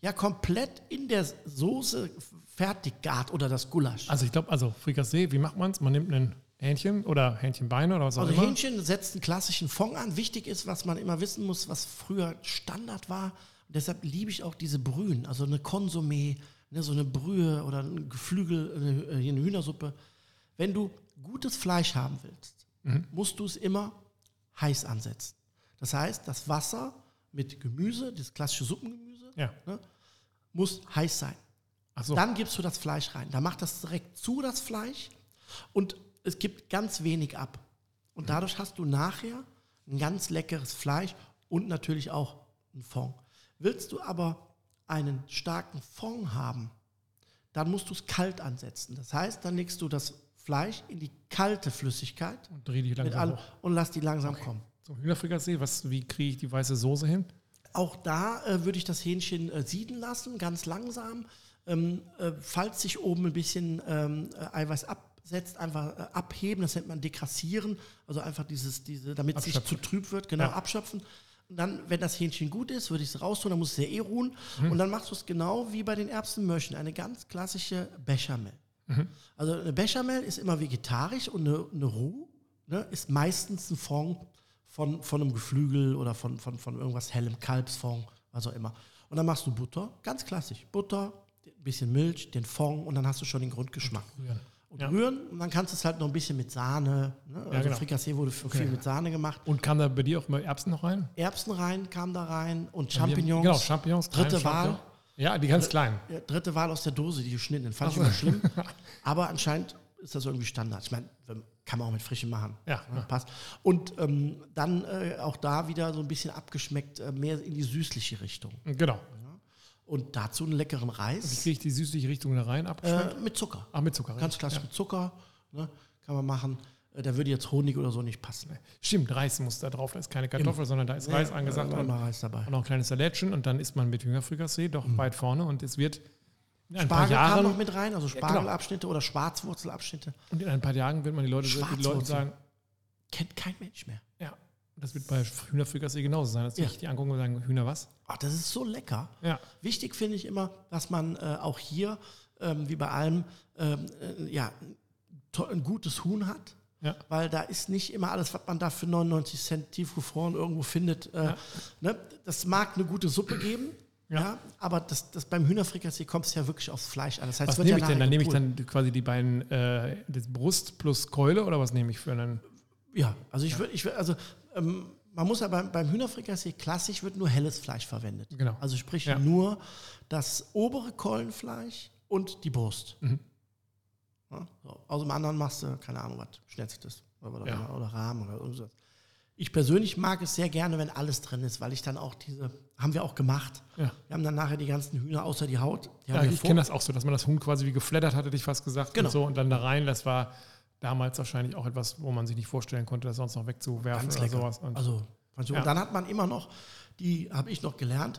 Speaker 2: ja komplett in der Soße fertig gart oder das Gulasch.
Speaker 1: Also ich glaube, also Frikassee, wie macht man es? Man nimmt ein Hähnchen oder Hähnchenbeine oder was auch
Speaker 2: Also
Speaker 1: immer.
Speaker 2: Hähnchen setzt einen klassischen Fond an. Wichtig ist, was man immer wissen muss, was früher Standard war. Und deshalb liebe ich auch diese Brühen, also eine Konsumé, ne, so eine Brühe oder ein Geflügel, eine, äh, hier eine Hühnersuppe. Wenn du gutes Fleisch haben willst,
Speaker 1: Mhm.
Speaker 2: musst du es immer heiß ansetzen. Das heißt, das Wasser mit Gemüse, das klassische Suppengemüse, ne,
Speaker 1: Ja.
Speaker 2: muss heiß sein.
Speaker 1: Ach so.
Speaker 2: Dann gibst du das Fleisch rein. Da macht das direkt zu, das Fleisch. Und es gibt ganz wenig ab. Und dadurch hast du nachher ein ganz leckeres Fleisch und natürlich auch einen Fond. Willst du aber einen starken Fond haben, dann musst du es kalt ansetzen. Das heißt, dann legst du das Fleisch in die kalte Flüssigkeit
Speaker 1: Und dreh die
Speaker 2: mit
Speaker 1: langsam
Speaker 2: all
Speaker 1: hoch.
Speaker 2: und lass die langsam kommen.
Speaker 1: So, Hühnerfrikassee, was, wie kriege ich die weiße Soße hin?
Speaker 2: Auch da äh, würde ich das Hähnchen äh, sieden lassen, ganz langsam. Ähm, äh, falls sich oben ein bisschen ähm, äh, Eiweiß absetzt, einfach äh, abheben, das nennt man dekrassieren, also einfach dieses, diese, damit es nicht zu
Speaker 1: Abschöpfen.
Speaker 2: trüb wird, genau,
Speaker 1: Ja.
Speaker 2: abschöpfen. Und dann, wenn das Hähnchen gut ist, würde ich es rausholen, dann muss es
Speaker 1: Hm.
Speaker 2: ja eh ruhen. Und dann machst du es genau wie bei den Erbsenmöschen, eine ganz klassische Bechamel. Also eine Bechamel ist immer vegetarisch und eine, eine Roux ne, ist meistens ein Fond von, von einem Geflügel oder von, von, von irgendwas hellem, Kalbsfond, was auch immer. Und dann machst du Butter, ganz klassisch. Butter, ein bisschen Milch, den Fond und dann hast du schon den Grundgeschmack. Und
Speaker 1: Ja.
Speaker 2: rühren und dann kannst du es halt noch ein bisschen mit Sahne. Ne? Also
Speaker 1: genau.
Speaker 2: Frikassee wurde für viel mit Sahne gemacht.
Speaker 1: Und kam da bei dir auch mal Erbsen noch rein?
Speaker 2: Erbsen rein kam da rein und
Speaker 1: Wir-
Speaker 2: Champignons.
Speaker 1: Genau, Champignons. kleine
Speaker 2: Dritte Wahl. Äh,
Speaker 1: Champignons. Ja, die ganz kleinen.
Speaker 2: Ja, dritte Wahl aus der Dose, die geschnitten. Fand ich immer schlimm. Aber anscheinend ist das irgendwie Standard. Ich meine, wenn- kann man auch mit Frischem machen. Ne,
Speaker 1: Ja, ja.
Speaker 2: Passt. Und ähm, dann äh, auch da wieder so ein bisschen abgeschmeckt, äh, mehr in die süßliche Richtung.
Speaker 1: Genau.
Speaker 2: Und dazu einen leckeren
Speaker 1: Ich
Speaker 2: Reis
Speaker 1: kriege die süßliche Richtung da rein abgeschmeckt.
Speaker 2: äh, mit Zucker.
Speaker 1: Ach, mit Zucker.
Speaker 2: Ganz klassisch mit Zucker ne, kann man machen. Äh, Da würde jetzt Honig oder so nicht passen.
Speaker 1: Stimmt, Reis muss da drauf. Da ist keine
Speaker 2: Genau.
Speaker 1: Kartoffel, sondern da ist Reis angesagt.
Speaker 2: Da war
Speaker 1: Und,
Speaker 2: immer Äh, Reis dabei.
Speaker 1: und auch ein kleines Salätchen. Und dann isst man mit Hühnerfrikassee doch
Speaker 2: Mhm.
Speaker 1: weit vorne. Und es wird in ein paar
Speaker 2: Spargel kam noch
Speaker 1: Jahren
Speaker 2: mit rein, also
Speaker 1: genau.
Speaker 2: Spargelabschnitte oder Schwarzwurzelabschnitte.
Speaker 1: und in ein paar Jahren wird man die Leute, die Leute
Speaker 2: Schwarzwurzel.
Speaker 1: sagen,
Speaker 2: Kennt kein Mensch mehr.
Speaker 1: ja, das wird bei Hühnerfrikassee genauso sein, dass die
Speaker 2: Ja.
Speaker 1: sich die angucken und sagen, Hühner was?
Speaker 2: Ach, Ah, das ist so lecker.
Speaker 1: Ja.
Speaker 2: Wichtig finde ich immer, dass man äh, auch hier, ähm, wie bei allem, ähm, äh, ja, to- ein gutes Huhn hat.
Speaker 1: Ja.
Speaker 2: Weil da ist nicht immer alles, was man da für 99 Cent tiefgefroren irgendwo findet. Äh, ne? Das mag eine gute Suppe geben, ja. aber das, das beim Hühnerfrikassee kommt es ja wirklich aufs Fleisch an. Das heißt,
Speaker 1: Was
Speaker 2: es wird
Speaker 1: nehme ich
Speaker 2: ja
Speaker 1: denn? Dann nehme ich
Speaker 2: nachher
Speaker 1: dann quasi die beiden, äh, das Brust plus Keule oder was nehme ich für einen?
Speaker 2: Ja, also ich würde, ich würd, also ähm, man muss aber beim, beim Hühnerfrikassee klassisch wird nur helles Fleisch verwendet.
Speaker 1: Genau.
Speaker 2: Also sprich
Speaker 1: Ja.
Speaker 2: nur das obere Keulenfleisch und die Brust.
Speaker 1: Mhm.
Speaker 2: Ja, so. Aus dem anderen machst du, keine Ahnung, was Schnetzeltes oder,
Speaker 1: Ja.
Speaker 2: oder, oder Rahmen oder irgendwas. Ich persönlich mag es sehr gerne, wenn alles drin ist, weil ich dann auch diese, haben wir auch gemacht.
Speaker 1: Ja.
Speaker 2: Wir haben dann nachher die ganzen Hühner außer die Haut. Die haben
Speaker 1: Ja,
Speaker 2: wir
Speaker 1: ich
Speaker 2: vor-
Speaker 1: kenne das auch so, dass man das Huhn quasi wie geflattert hatte, hätte ich fast gesagt.
Speaker 2: Genau.
Speaker 1: Und, so, und dann da rein, das war damals wahrscheinlich auch etwas, wo man sich nicht vorstellen konnte, das sonst noch wegzuwerfen
Speaker 2: Ganz
Speaker 1: oder
Speaker 2: lecker.
Speaker 1: sowas. Und
Speaker 2: also, fand ich-
Speaker 1: Ja.
Speaker 2: und dann hat man immer noch, die habe ich noch gelernt,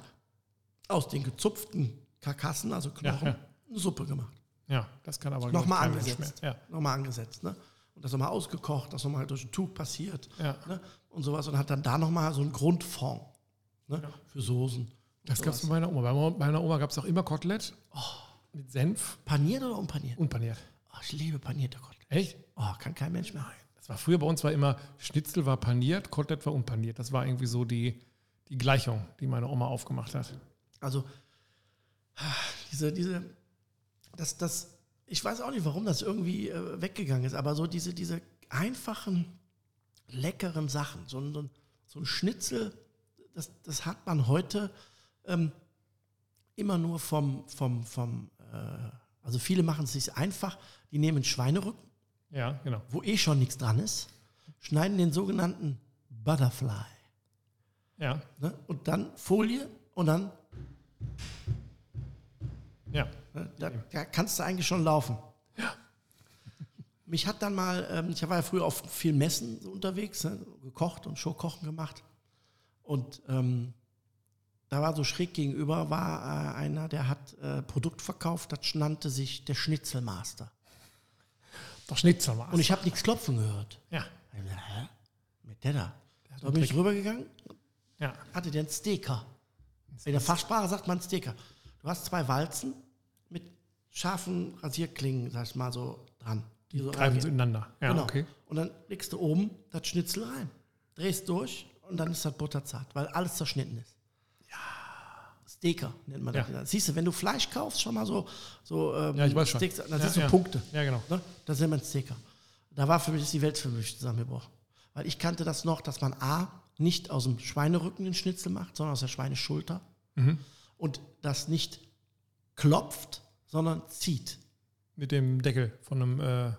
Speaker 2: aus den gezupften Karkassen, also Knochen,
Speaker 1: Ja,
Speaker 2: eine Suppe gemacht.
Speaker 1: ja, das kann aber glaub ich,
Speaker 2: Nochmal
Speaker 1: kein Mensch
Speaker 2: angesetzt.
Speaker 1: mehr.
Speaker 2: Nochmal angesetzt, ne? Und das nochmal ausgekocht, das nochmal durch ein Tuch passiert
Speaker 1: Ja, ja.
Speaker 2: ne? und sowas. Und hat dann da nochmal so einen Grundfond ne? für Soßen. und
Speaker 1: Das gab es bei
Speaker 2: sowas.
Speaker 1: meiner
Speaker 2: Oh.
Speaker 1: Oma. Bei meiner- bei meiner Oma gab es auch immer Kotelett mit Senf
Speaker 2: Paniert oder unpaniert?
Speaker 1: und paniert.
Speaker 2: Oh, ich liebe panierte Kotelett.
Speaker 1: Echt?
Speaker 2: Oh, kann kein Mensch mehr.
Speaker 1: Das war früher bei uns war immer Schnitzel war paniert, Kotelett war unpaniert. Das war irgendwie so die, die Gleichung, die meine Oma aufgemacht hat.
Speaker 2: Also diese, diese, das, das, ich weiß auch nicht, warum das irgendwie äh, weggegangen ist, aber so diese, diese einfachen, leckeren Sachen, so ein, so ein, so ein Schnitzel, das, das hat man heute ähm, immer nur vom, vom, vom äh, also viele machen es sich einfach, die nehmen Schweinerücken,
Speaker 1: Ja, genau.
Speaker 2: wo eh schon nichts dran ist, schneiden den sogenannten Butterfly
Speaker 1: Ja,
Speaker 2: ne? und dann Folie und dann
Speaker 1: ja.
Speaker 2: Da, da kannst du eigentlich schon laufen. Mich hat dann mal, ähm, ich war ja früher auf vielen Messen so unterwegs, ne, gekocht und Showkochen gemacht. Und ähm, da war so schräg gegenüber, war äh, einer, der hat äh, Produkt verkauft, das nannte sich der Schnitzelmaster.
Speaker 1: Doch Schnitzel war
Speaker 2: Und ich habe nichts klopfen gehört.
Speaker 1: Ja,
Speaker 2: Da hab ich gedacht, Hä? Mit der da. Da
Speaker 1: einen
Speaker 2: bin ich
Speaker 1: Trick.
Speaker 2: rübergegangen,
Speaker 1: ja.
Speaker 2: hatte der einen Steker. In der Fachsprache sagt man Steker. Du hast zwei Walzen mit scharfen Rasierklingen, sag ich mal so, dran. Die, so
Speaker 1: Greifen
Speaker 2: reingehen.
Speaker 1: sie ineinander. Ja,
Speaker 2: genau.
Speaker 1: okay.
Speaker 2: Und dann legst du oben das Schnitzel rein, drehst durch und dann ist das butterzart, weil alles zerschnitten ist. Ja. Steker nennt man das.
Speaker 1: Ja.
Speaker 2: Siehst du, wenn du Fleisch kaufst, schon mal so, so ähm,
Speaker 1: Ja, ich weiß schon.
Speaker 2: Steaks, dann
Speaker 1: ja,
Speaker 2: siehst du
Speaker 1: ja.
Speaker 2: Punkte.
Speaker 1: Ja, genau.
Speaker 2: Ne? Das nennt man Steker. Da war für mich ist die Welt für mich zusammengebrochen. Weil ich kannte das noch, dass man A, nicht aus dem Schweinerücken den Schnitzel macht, sondern aus der Schweineschulter.
Speaker 1: Mhm.
Speaker 2: Und das nicht klopft, sondern zieht.
Speaker 1: Mit dem Deckel von einem, äh, ja,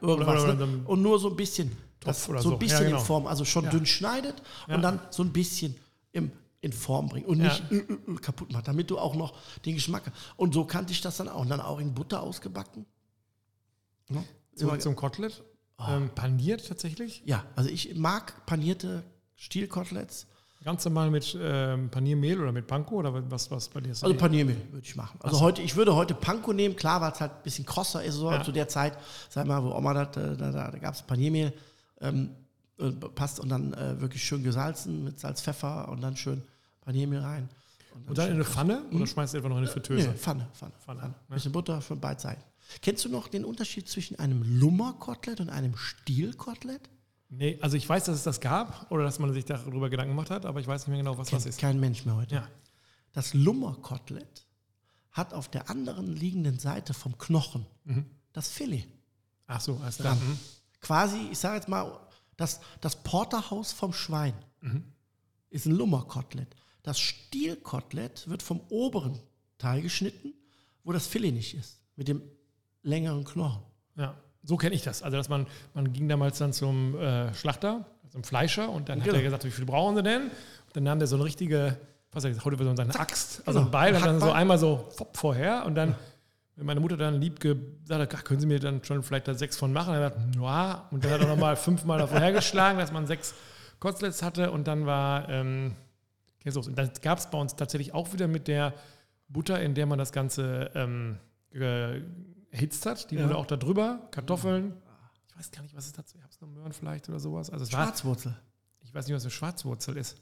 Speaker 2: Irgendwas.
Speaker 1: oder, oder,
Speaker 2: ne?
Speaker 1: oder einem,
Speaker 2: und nur so ein bisschen.
Speaker 1: Topf oder
Speaker 2: so
Speaker 1: so.
Speaker 2: ein bisschen
Speaker 1: Ja, genau.
Speaker 2: in Form, also schon
Speaker 1: Ja.
Speaker 2: dünn schneidet
Speaker 1: Ja.
Speaker 2: und dann so ein bisschen im, in Form bringen und
Speaker 1: Ja.
Speaker 2: nicht äh, äh, äh, kaputt macht, damit du auch noch den Geschmack Und so kannte ich das dann auch. Und dann auch in Butter ausgebacken. Ne? Immer- Ah.
Speaker 1: zurück zum Kotelett. Ähm, paniert tatsächlich.
Speaker 2: Ja, also ich mag panierte Stielkoteletts.
Speaker 1: Ganz normal mit ähm, Paniermehl oder mit Panko oder was, was bei dir ist.
Speaker 2: Also Paniermehl würde ich machen. Also heute, ich würde heute Panko nehmen, klar, weil es halt ein bisschen krosser ist, so
Speaker 1: Ja.
Speaker 2: zu der Zeit, sag mal, wo Oma das, äh, da, da, da gab es Paniermehl, ähm, äh, passt und dann äh, wirklich schön gesalzen mit Salz, Pfeffer und dann schön Paniermehl rein.
Speaker 1: und dann in eine Pfanne oder schmeißt du einfach noch in eine
Speaker 2: Hm? Nee,
Speaker 1: Fritteuse?
Speaker 2: Pfanne, Pfanne. Pfanne,
Speaker 1: Pfanne, ne?
Speaker 2: Bisschen Butter für beide Seiten. Kennst du noch den Unterschied zwischen einem Lummerkotelett und einem Stielkotelett?
Speaker 1: Nee, also ich weiß, dass es das gab oder dass man sich darüber Gedanken gemacht hat, aber ich weiß nicht mehr genau, was das
Speaker 2: Kennt
Speaker 1: ist.
Speaker 2: kein Mensch mehr heute.
Speaker 1: Ja.
Speaker 2: Das Lummerkotelett hat auf der anderen liegenden Seite vom Knochen
Speaker 1: Mhm.
Speaker 2: das Filet.
Speaker 1: Ach so, alles klar. Mhm.
Speaker 2: Quasi, ich sage jetzt mal, das, das Porterhaus vom Schwein
Speaker 1: Mhm.
Speaker 2: ist ein Lummerkotelett. Das Stielkotelett wird vom oberen Teil geschnitten, wo das Filet nicht ist, mit dem längeren Knochen.
Speaker 1: Ja, so kenne ich das. Also, dass man, man ging damals dann zum äh, Schlachter, zum Fleischer und dann
Speaker 2: Genau.
Speaker 1: hat er gesagt, wie viel brauchen sie denn? Und dann nahm der so eine richtige, was hat er gesagt, heute würde man sagen, eine Axt, also
Speaker 2: genau.
Speaker 1: ein Beil, hat dann so
Speaker 2: Hackbeil.
Speaker 1: einmal so fopp vorher und dann, wenn meine Mutter dann lieb gesagt hat, ach, können Sie mir dann schon vielleicht da sechs von machen? Dann hat er gesagt, ja. Und dann hat er nochmal fünfmal davon hergeschlagen, dass man sechs Koteletts hatte und dann war ähm, Käsesoße. Und dann gab es bei uns tatsächlich auch wieder mit der Butter, in der man das Ganze ähm, erhitzt hat. Die
Speaker 2: Ja. Mhm.
Speaker 1: wurde auch da drüber. Kartoffeln. Ich weiß gar nicht, was es dazu gab. Es noch Möhren vielleicht oder sowas. Also es war,
Speaker 2: Schwarzwurzel.
Speaker 1: ich weiß nicht, was eine Schwarzwurzel ist.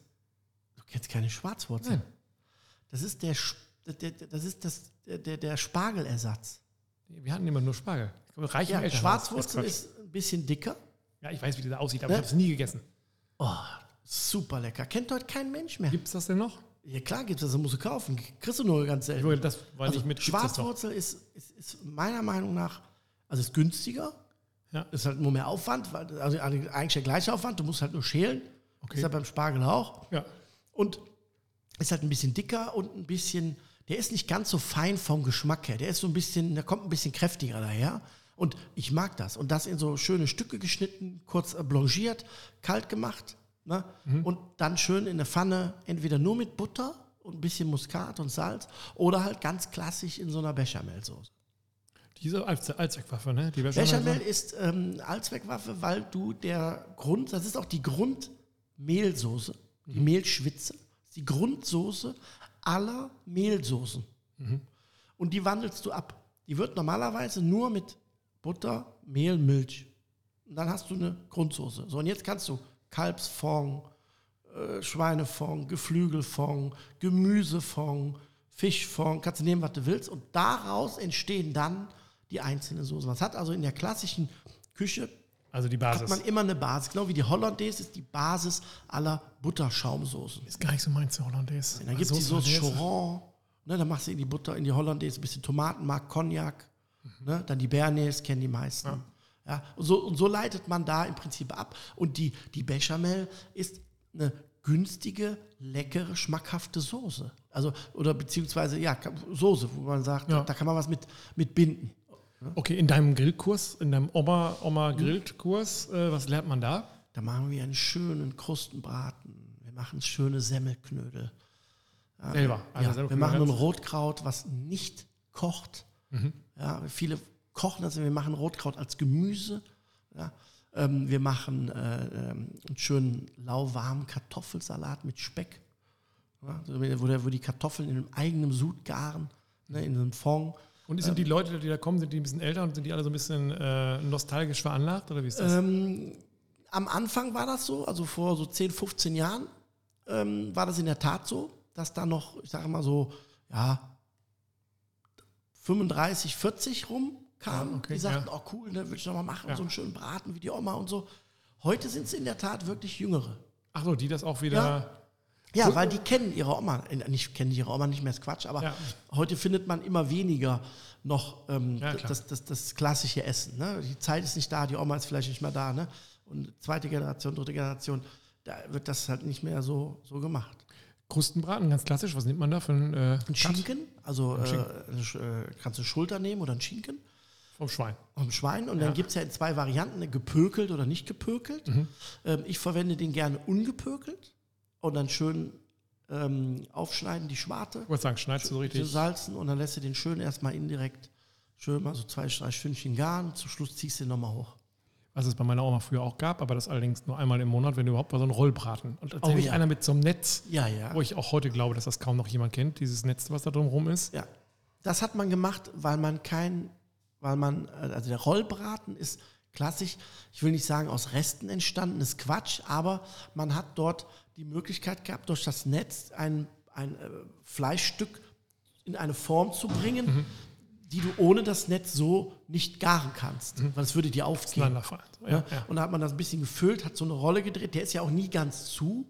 Speaker 2: Du kennst keine Schwarzwurzel.
Speaker 1: Nein.
Speaker 2: Das ist der, Sch- der, der, das ist das, der- der, der Spargelersatz.
Speaker 1: Wir hatten immer nur Spargel. Ich glaube, Reich im
Speaker 2: Ja,
Speaker 1: Elternhaus. Oh
Speaker 2: Schwarzwurzel
Speaker 1: Quatsch.
Speaker 2: ist ein bisschen dicker.
Speaker 1: Ja, ich weiß, wie der aussieht, aber
Speaker 2: Ne?
Speaker 1: ich habe es nie gegessen.
Speaker 2: Oh, super lecker. Kennt heute kein Mensch mehr.
Speaker 1: Gibt es das denn noch?
Speaker 2: Ja klar gibt's das, das musst du kaufen. Kriegst du nur ganz
Speaker 1: Ich
Speaker 2: selten.
Speaker 1: wollte, das war
Speaker 2: Also
Speaker 1: nicht mit. gibt's das noch?
Speaker 2: Schwarzwurzel ist, ist, ist meiner Meinung nach, also ist günstiger.
Speaker 1: Ja.
Speaker 2: Ist halt nur mehr Aufwand, weil- also eigentlich der gleiche Aufwand, du musst halt nur schälen.
Speaker 1: Okay.
Speaker 2: Ist ja beim Spargel auch.
Speaker 1: Ja.
Speaker 2: Und ist halt ein bisschen dicker und ein bisschen, der ist nicht ganz so fein vom Geschmack her. Der ist so ein bisschen, der kommt ein bisschen kräftiger daher. Und ich mag das. Und das in so schöne Stücke geschnitten, kurz äh, blanchiert, kalt gemacht. Ne? Und dann schön in der Pfanne, entweder nur mit Butter und ein bisschen Muskat und Salz oder halt ganz klassisch in so einer Bechamelsoße.
Speaker 1: Diese Allz- Allzweckwaffe, ne? Die Bechamel-
Speaker 2: Bechamel ist ähm, Allzweckwaffe, weil du der Grund, das ist auch die Grundmehlsoße, die Mehlschwitze, ist die Grundsoße aller Mehlsoßen. Und die wandelst du ab. Die wird normalerweise nur mit Butter, Mehl, Milch. Und dann hast du eine Grundsoße. So, und jetzt kannst du Kalbsfond, äh, Schweinefond, Geflügelfond, Gemüsefond, Fischfond, kannst du nehmen, was du willst. Und daraus entstehen dann die einzelnen Soßen. Was hat also in der klassischen Küche
Speaker 1: Also die
Speaker 2: hat man
Speaker 1: Basis.
Speaker 2: immer eine Basis. Genau wie die Hollandaise ist die Basis aller Butterschaumsoßen.
Speaker 1: Ist gar nicht so meins, der Hollandaise. Also
Speaker 2: Dann gibt es die Soße
Speaker 1: Hollandaise.
Speaker 2: Choron. Ne, dann machst du in die Butter, in die Hollandaise ein bisschen Tomatenmark, Cognac. Ne, dann die Bernays kennen die meisten. Ja. und, so, und so leitet man da im Prinzip ab. Und die, die Bechamel ist eine günstige, leckere, schmackhafte Soße. Also, oder beziehungsweise, ja, Ka- Soße, wo man sagt,
Speaker 1: Ja.
Speaker 2: da kann man was mit, mit binden. ne?
Speaker 1: Okay, in deinem Grillkurs, in deinem
Speaker 2: Mhm.
Speaker 1: Oma-Grillkurs, äh, was lernt man da?
Speaker 2: Da machen wir einen schönen Krustenbraten. Wir machen schöne Semmelknödel.
Speaker 1: Selber.
Speaker 2: Ja,
Speaker 1: selber
Speaker 2: wir
Speaker 1: können
Speaker 2: machen ein
Speaker 1: ganz- Mhm.
Speaker 2: Rotkraut, was nicht kocht. Ja, viele kochen das, wir machen Rotkraut als Gemüse. Ja. Ähm, wir machen äh, ähm, einen schönen lauwarmen Kartoffelsalat mit Speck, ja, so wie- wo, der, wo die Kartoffeln in einem eigenen Sud garen, ne, in einem Fond.
Speaker 1: Und
Speaker 2: Ähm.
Speaker 1: sind die Leute, die da kommen, sind die ein bisschen älter und sind die alle so ein bisschen äh, nostalgisch veranlagt oder wie ist das?
Speaker 2: Ähm, am Anfang war das so, also vor so 10, 15 Jahren, ähm, war das in der Tat so, dass da noch, ich sage mal so, ja, 35, 40 rumkamen.
Speaker 1: Ah, okay,
Speaker 2: die sagten,
Speaker 1: ja.
Speaker 2: oh cool, ne, will ich nochmal machen,
Speaker 1: Ja.
Speaker 2: so einen schönen Braten wie die Oma und so. Heute sind es in der Tat wirklich Jüngere.
Speaker 1: Ach so, die das auch wieder.
Speaker 2: Ja. Ja, weil die kennen ihre Oma, äh, nicht kennen ihre Oma nicht mehr, ist Quatsch, aber
Speaker 1: Ja.
Speaker 2: heute findet man immer weniger noch ähm,
Speaker 1: Ja, klar.
Speaker 2: das, das, das klassische Essen. Ne? Die Zeit ist nicht da, die Oma ist vielleicht nicht mehr da. Ne? Und zweite Generation, dritte Generation, da wird das halt nicht mehr so, so gemacht.
Speaker 1: Krustenbraten, ganz klassisch. Was nimmt man da für einen äh,
Speaker 2: Ein
Speaker 1: Cut?
Speaker 2: Schinken, also äh, eine Sch- äh, kannst du Schulter nehmen oder ein Schinken
Speaker 1: vom Schwein?
Speaker 2: vom Schwein. Und dann gibt's gibt es ja in zwei Varianten, ne, gepökelt oder nicht gepökelt.
Speaker 1: Mhm.
Speaker 2: Ähm, ich verwende den gerne ungepökelt und dann schön ähm, aufschneiden, die Schwarte.
Speaker 1: Ich wollte sagen, schneidest du so richtig.
Speaker 2: salzen und dann lässt du den schön erstmal indirekt schön mal so zwei, drei Stündchen garen. Zum Schluss ziehst du den nochmal hoch.
Speaker 1: Was es bei meiner Oma früher auch gab, aber das allerdings nur einmal im Monat, wenn überhaupt, war so ein Rollbraten. Und tatsächlich
Speaker 2: Oh ja.
Speaker 1: einer mit so einem Netz,
Speaker 2: Ja, ja.
Speaker 1: wo ich auch heute glaube, dass das kaum noch jemand kennt, dieses Netz, was da drumherum ist.
Speaker 2: Ja. Das hat man gemacht, weil man kein, weil man, äh, also der Rollbraten ist klassisch, ich will nicht sagen aus Resten entstanden, ist Quatsch, aber man hat dort die Möglichkeit gehabt, durch das Netz ein, ein äh, Fleischstück in eine Form zu bringen, die du ohne das Netz so nicht garen kannst, weil es würde dir aufgehen.
Speaker 1: Auseinanderfallen. Ja, ja.
Speaker 2: Und da hat man das ein bisschen gefüllt, hat so eine Rolle gedreht. Der ist ja auch nie ganz zu.